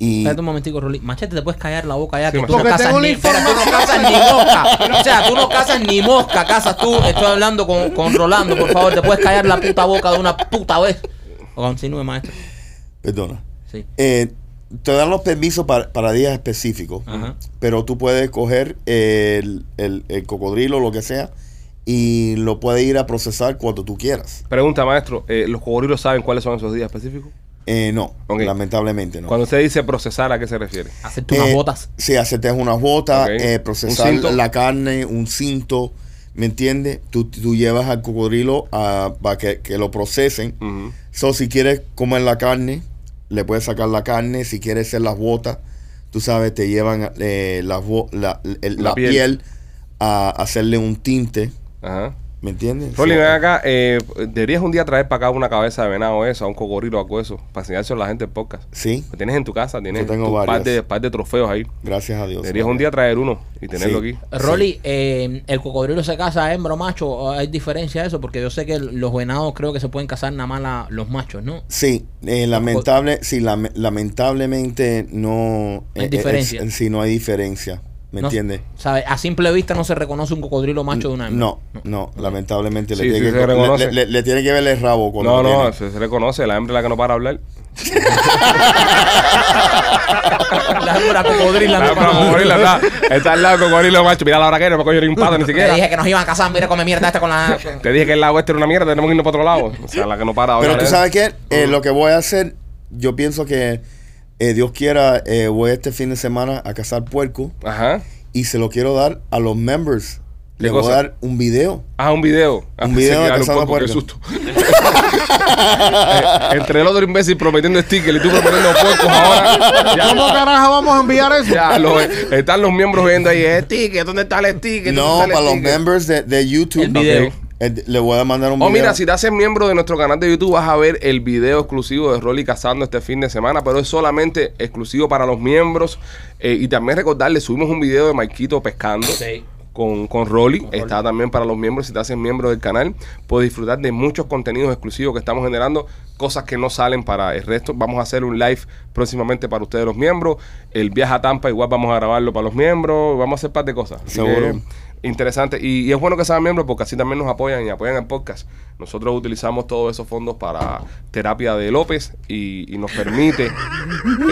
y Espérate un momentico, Rolly. Machete, te puedes callar la boca ya Sí, que tú Machete. no Porque cazas tengo ni la espera, tú no cazas ni mosca. O sea, tú no cazas ni mosca, cazas tú. Estoy hablando con, con Rolando, por favor, te puedes callar la puta boca de una puta vez. O continúe, maestro. perdona. Sí. Eh, te dan los permisos para, para días específicos, Ajá. pero tú puedes coger el, el, el cocodrilo, lo que sea, y lo puedes ir a procesar cuando tú quieras. Pregunta, maestro. eh, ¿Los cocodrilos saben cuáles son esos días específicos? Eh, no, Ok. lamentablemente no. Cuando usted dice procesar, ¿a qué se refiere? Hacerte unas Eh, botas. Sí, hacerte unas botas, Ok. eh, procesar Un cinto. la carne, un cinto, ¿me entiendes? Tú, tú llevas al cocodrilo a- para que, que lo procesen. Ujú. So, si quieres comer la carne, le puedes sacar la carne. Si quieres hacer las botas, tú sabes, te llevan eh, las bo- la, el- La la piel. piel. a hacerle un tinte, Ajá. ¿me entiendes? Rolly, So, ven acá. eh, deberías un día traer para acá una cabeza de venado esa, un cocodrilo o algo de eso, para enseñárselo a la gente en podcast. Sí, Lo tienes en tu casa, tienes Yo tengo tu par varias. de, par de trofeos ahí. gracias a Dios. Deberías un día traer uno y tenerlo Sí. aquí. Rolly, eh, ¿el cocodrilo se casa hembra o macho? ¿Hay diferencia de eso? Porque yo sé que los venados creo que se pueden casar nada más la- los machos, ¿no? Sí, eh, lamentable, sí, lame- lamentablemente no No hay eh, eh, diferencia. es- sí, no hay diferencia, ¿me No- entiendes? ¿Sabe? A simple vista no se reconoce un cocodrilo macho de una hembra. No, no, lamentablemente le, Sí, tiene sí que, se le- reconoce. le- le- le tiene que ver el rabo cuando No, lo no, tiene. se, se reconoce, la hembra es la que no para de hablar. La hembra La cocodrila no hembra para- cocodrilo está, está al lado del cocodrilo macho. Mira la hora que era, no me coño ni un pato ni Te siquiera. dije que nos iban a casar, mira, come mierda esta con la. Te dije que el lado este era una mierda, tenemos que irnos para otro lado. O sea, la que no para de Pero hablar tú es- sabes qué, Eh, lo que voy a hacer, yo pienso que eh, Dios quiera, eh, voy este fin de semana a cazar puerco Ajá. y se lo quiero dar a los members. ¿Qué Le voy cosa? a dar un video. Ah, un video. Ah, Un pensé video que de era Cazando porco, qué Puerco. susto. Eh, Entre el otro imbécil prometiendo stickers y tú prometiendo puercos ahora. Ya, ¿Cómo carajo vamos a enviar eso? ya, lo- están los miembros viendo ahí, eh, sticker, ¿dónde está el sticker? No, ¿Dónde está el para los sticker?" members de, de YouTube. El video. El- le voy a mandar un Oh, video. mira, si te haces miembro de nuestro canal de YouTube, vas a ver el video exclusivo de Rolly Cazando este fin de semana, pero es solamente exclusivo para los miembros. Eh, y también recordarles, subimos un video de Marquito pescando. Sí. Con, con Rolly, Rolly. está también para los miembros. Si te haces miembro del canal, puedes disfrutar de muchos contenidos exclusivos que estamos generando, cosas que no salen para el resto. Vamos a hacer un live próximamente para ustedes, los miembros. El viaje a Tampa, igual vamos a grabarlo para los miembros. Vamos a hacer parte de cosas. Así que, Seguro. Interesante. Y, y es bueno que sean miembros porque así también nos apoyan y apoyan el podcast. Nosotros utilizamos todos esos fondos para terapia de López y, y nos permite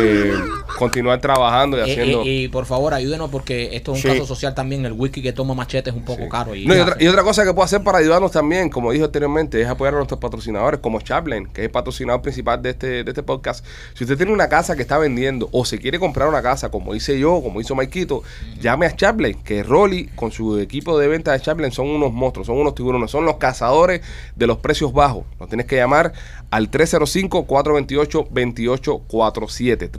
eh, continuar trabajando y Y, haciendo... Eh, y- y, por favor, ayúdenos porque esto es un Sí. caso social también. El whisky que toma machete es un poco caro. Y, No, y, otra, y otra cosa que puedo hacer para ayudarnos también, como dije anteriormente, es apoyar a nuestros patrocinadores, como Chaplin, que es el patrocinador principal de este, de este podcast. Si usted tiene una casa que está vendiendo o se quiere comprar una casa, como hice yo, como hizo Maikito, llame a Chaplin, que Rolly con su equipo de venta de Chaplin son unos monstruos, son unos tiburones, son los cazadores de los precios bajos. Nos tienes que llamar al 305-428-2847.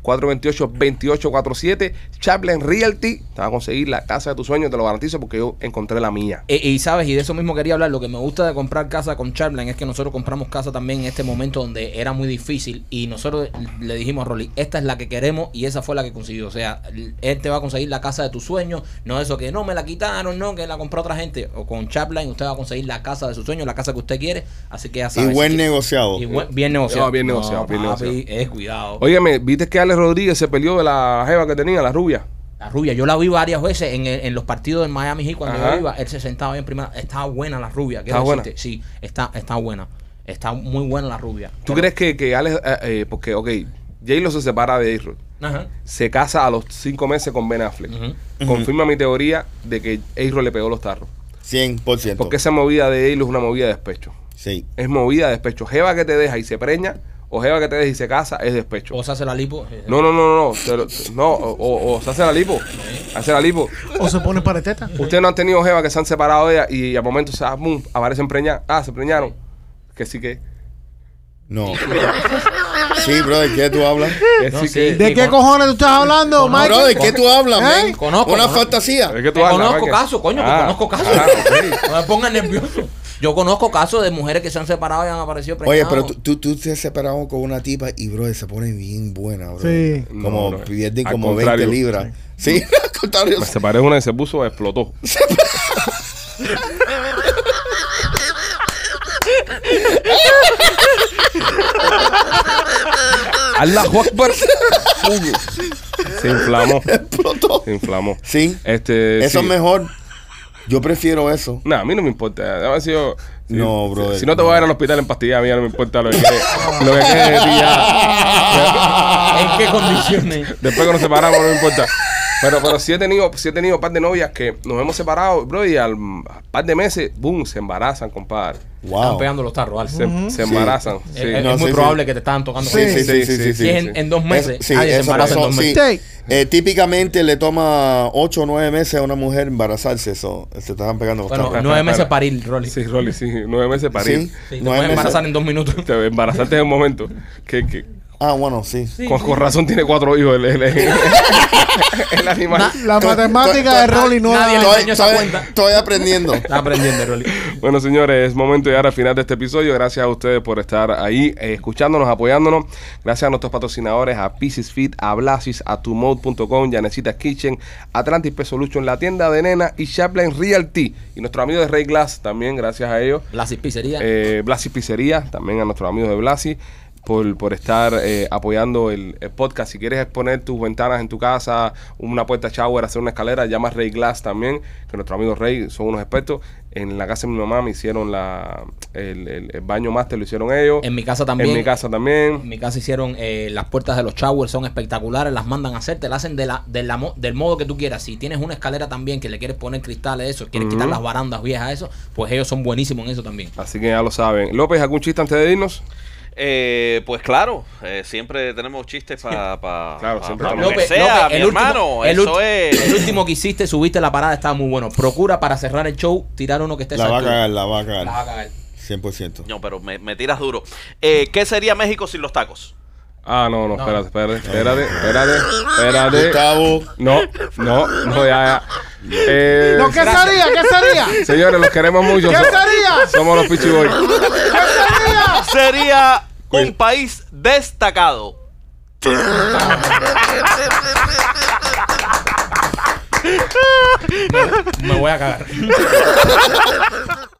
305-428-2847. Chaplin Realty. Te va a conseguir la casa de tus sueños, te lo garantizo porque yo encontré la mía. Eh, Y, y, sabes, y de eso mismo quería hablar, lo que me gusta de comprar casa con Charlan es que nosotros compramos casa también en este momento donde era muy difícil y nosotros le dijimos a Rolly, esta es la que queremos y esa fue la que consiguió. O sea, él te va a conseguir la casa de tus sueños, no eso que no me la quitaron, no, que la compró otra gente. O con Chaplin usted va a conseguir la casa de sus sueños, la casa que usted quiere, así que ya Y sabes. buen si- negociado. y buen- bien negociado. No, Ah, bien negociado, bien papi, negociado. Es cuidado. Óyeme, ¿viste que Alex Rodríguez se peleó de la jeva que tenía, la rubia? La rubia, yo la vi varias veces en, el- en los partidos de Miami Heat cuando Ajá. yo iba, él se sentaba bien primera. Estaba buena la rubia. ¿qué ¿Está buena? decirte? Sí, está, está buena. Está muy buena la rubia. ¿Tú crees que, que Alex, eh, eh, porque, ok, J-Lo se separa de J-Lo, Ajá. se casa a los cinco meses con Ben Affleck. Ujú. Confirma mi teoría de que J-Lo le pegó los tarros. 100%. Porque esa movida de J-Lo es una movida de despecho. Sí. Es movida de despecho. Jeva que te deja y se preña, o Jeva que te deja y se casa, es despecho. O se hace la lipo. No, no, no, no. te lo- te- no, o, o- o se hace la lipo. Hace la lipo. O se pone pareteta. Ustedes no han tenido jeva que se han separado de ella y al momento se ah, boom, aparecen preñadas. Ah, se preñaron. Que sí que. No. sí, bro, ¿de qué tú hablas? Que No, sí sí. que. ¿De qué cojones tú estás hablando, Mike? Bro, ¿de qué tú hablas, ¿Eh? men? Conozco, Una conozco. fantasía. ¿De qué tú Yo hablas, conozco Michael? casos, coño, que Ah, conozco casos. ah, sí. No me pongan nervioso. Yo conozco casos de mujeres que se han separado y han aparecido Oye, preñadas. pero tú, tú, tú te has separado con una tipa y, bro, se pone bien buena, bro. Sí. Como No, no, pierden al como contrario. 20 libras. Sí, al contrario. Me separé de una y Pues se puso, explotó. Allah Akbar. pues. Se inflamó. Explotó. Se inflamó. Sí. Este, Eso sí. es mejor. Yo prefiero eso. Nah, a mí no me importa. A ver si yo- si- No, brother, Si no te voy a ir al hospital en pastillas, a mí ya no me importa lo que quede, lo que quede de ti ya. ¿En qué condiciones? Después que nos separamos, no me importa. Pero, pero sí he tenido, sí he tenido un par de novias que nos hemos separado, bro, y al par de meses, boom, se embarazan, compadre. Están Wow. pegando los tarros, Al. Se, se Sí. embarazan. sí. Es, es- No, es muy sí, probable sí. que te estaban tocando. Sí, con- sí, sí, sí, sí, Si es en, en dos meses, Es- sí, nadie se eso embaraza en pasó, dos sí. meses. Take. Eh, típicamente le toma 8 o 9 meses a una mujer embarazarse. Eso se están pegando los Bueno, tarros. nueve meses parir, Rolly. Sí, Rolly, sí, nueve meses de eh, parir. Sí. Sí, te No puedes hay embarazar meses. en dos minutos. Te embarazaste en un momento. Que, que, Ah, bueno, sí. con, con razón tiene cuatro hijos el, el- el- el animal. La Tú- tú- matemática de tú- Rolly no nadie da- le- Estoy, enseñó esa estoy- cuenta. estoy aprendiendo. Está aprendiendo, Rolly. Bueno, señores, es momento de llegar al final de este episodio. Gracias a ustedes por estar ahí eh, escuchándonos, apoyándonos. Gracias a nuestros patrocinadores, a Pieces Fit, a Blasis, a Tumode.com, Yanecita Kitchen, Atlantis Peso Lucho en la tienda de Nena y Chaplin Realty. Y nuestros amigos de Ray Glass también, gracias a ellos. La pizzería. Eh, Blasi Pizzería, también a nuestros amigos de Blasi, por, por estar eh, apoyando el, el podcast. Si quieres exponer tus ventanas en tu casa, una puerta shower, hacer una escalera, llama a Rey Glass también, que nuestros amigos Rey son unos expertos. En la casa de mi mamá me hicieron la, el, el- el baño máster, lo hicieron ellos. En mi casa también. En mi casa también. En mi casa hicieron eh, las puertas de los showers, son espectaculares, las mandan a hacer, te las hacen de la, de la mo- del modo que tú quieras. Si tienes una escalera también que le quieres poner cristales, eso, quieres quitar las barandas viejas, eso, pues ellos son buenísimos en eso también. Así que ya lo saben. López, ¿algún chiste antes de irnos? Eh, pues claro, eh, siempre tenemos chistes para pa, Claro, pa- siempre pa lo tenemos. que sea, mi el último- hermano. el eso ulti- es. el último que hiciste, subiste la parada, estaba muy bueno. Procura para cerrar el show, tirar uno que esté La va a exacto. cagar, la va a La va a cagar. cagar. 100%. No, pero me, me tiras duro. Eh, ¿Qué sería México sin los tacos? Ah, no, no, No. espérate, espérate, espérate, espérate, espérate. Gustavo, No, no, no, ya, ya. Eh, No, ¿qué sería? ¿Qué sería? Señores, los queremos mucho. ¿Qué So- sería? Somos los Pichiboy. Sería un Cuida. país destacado. Me voy a cagar.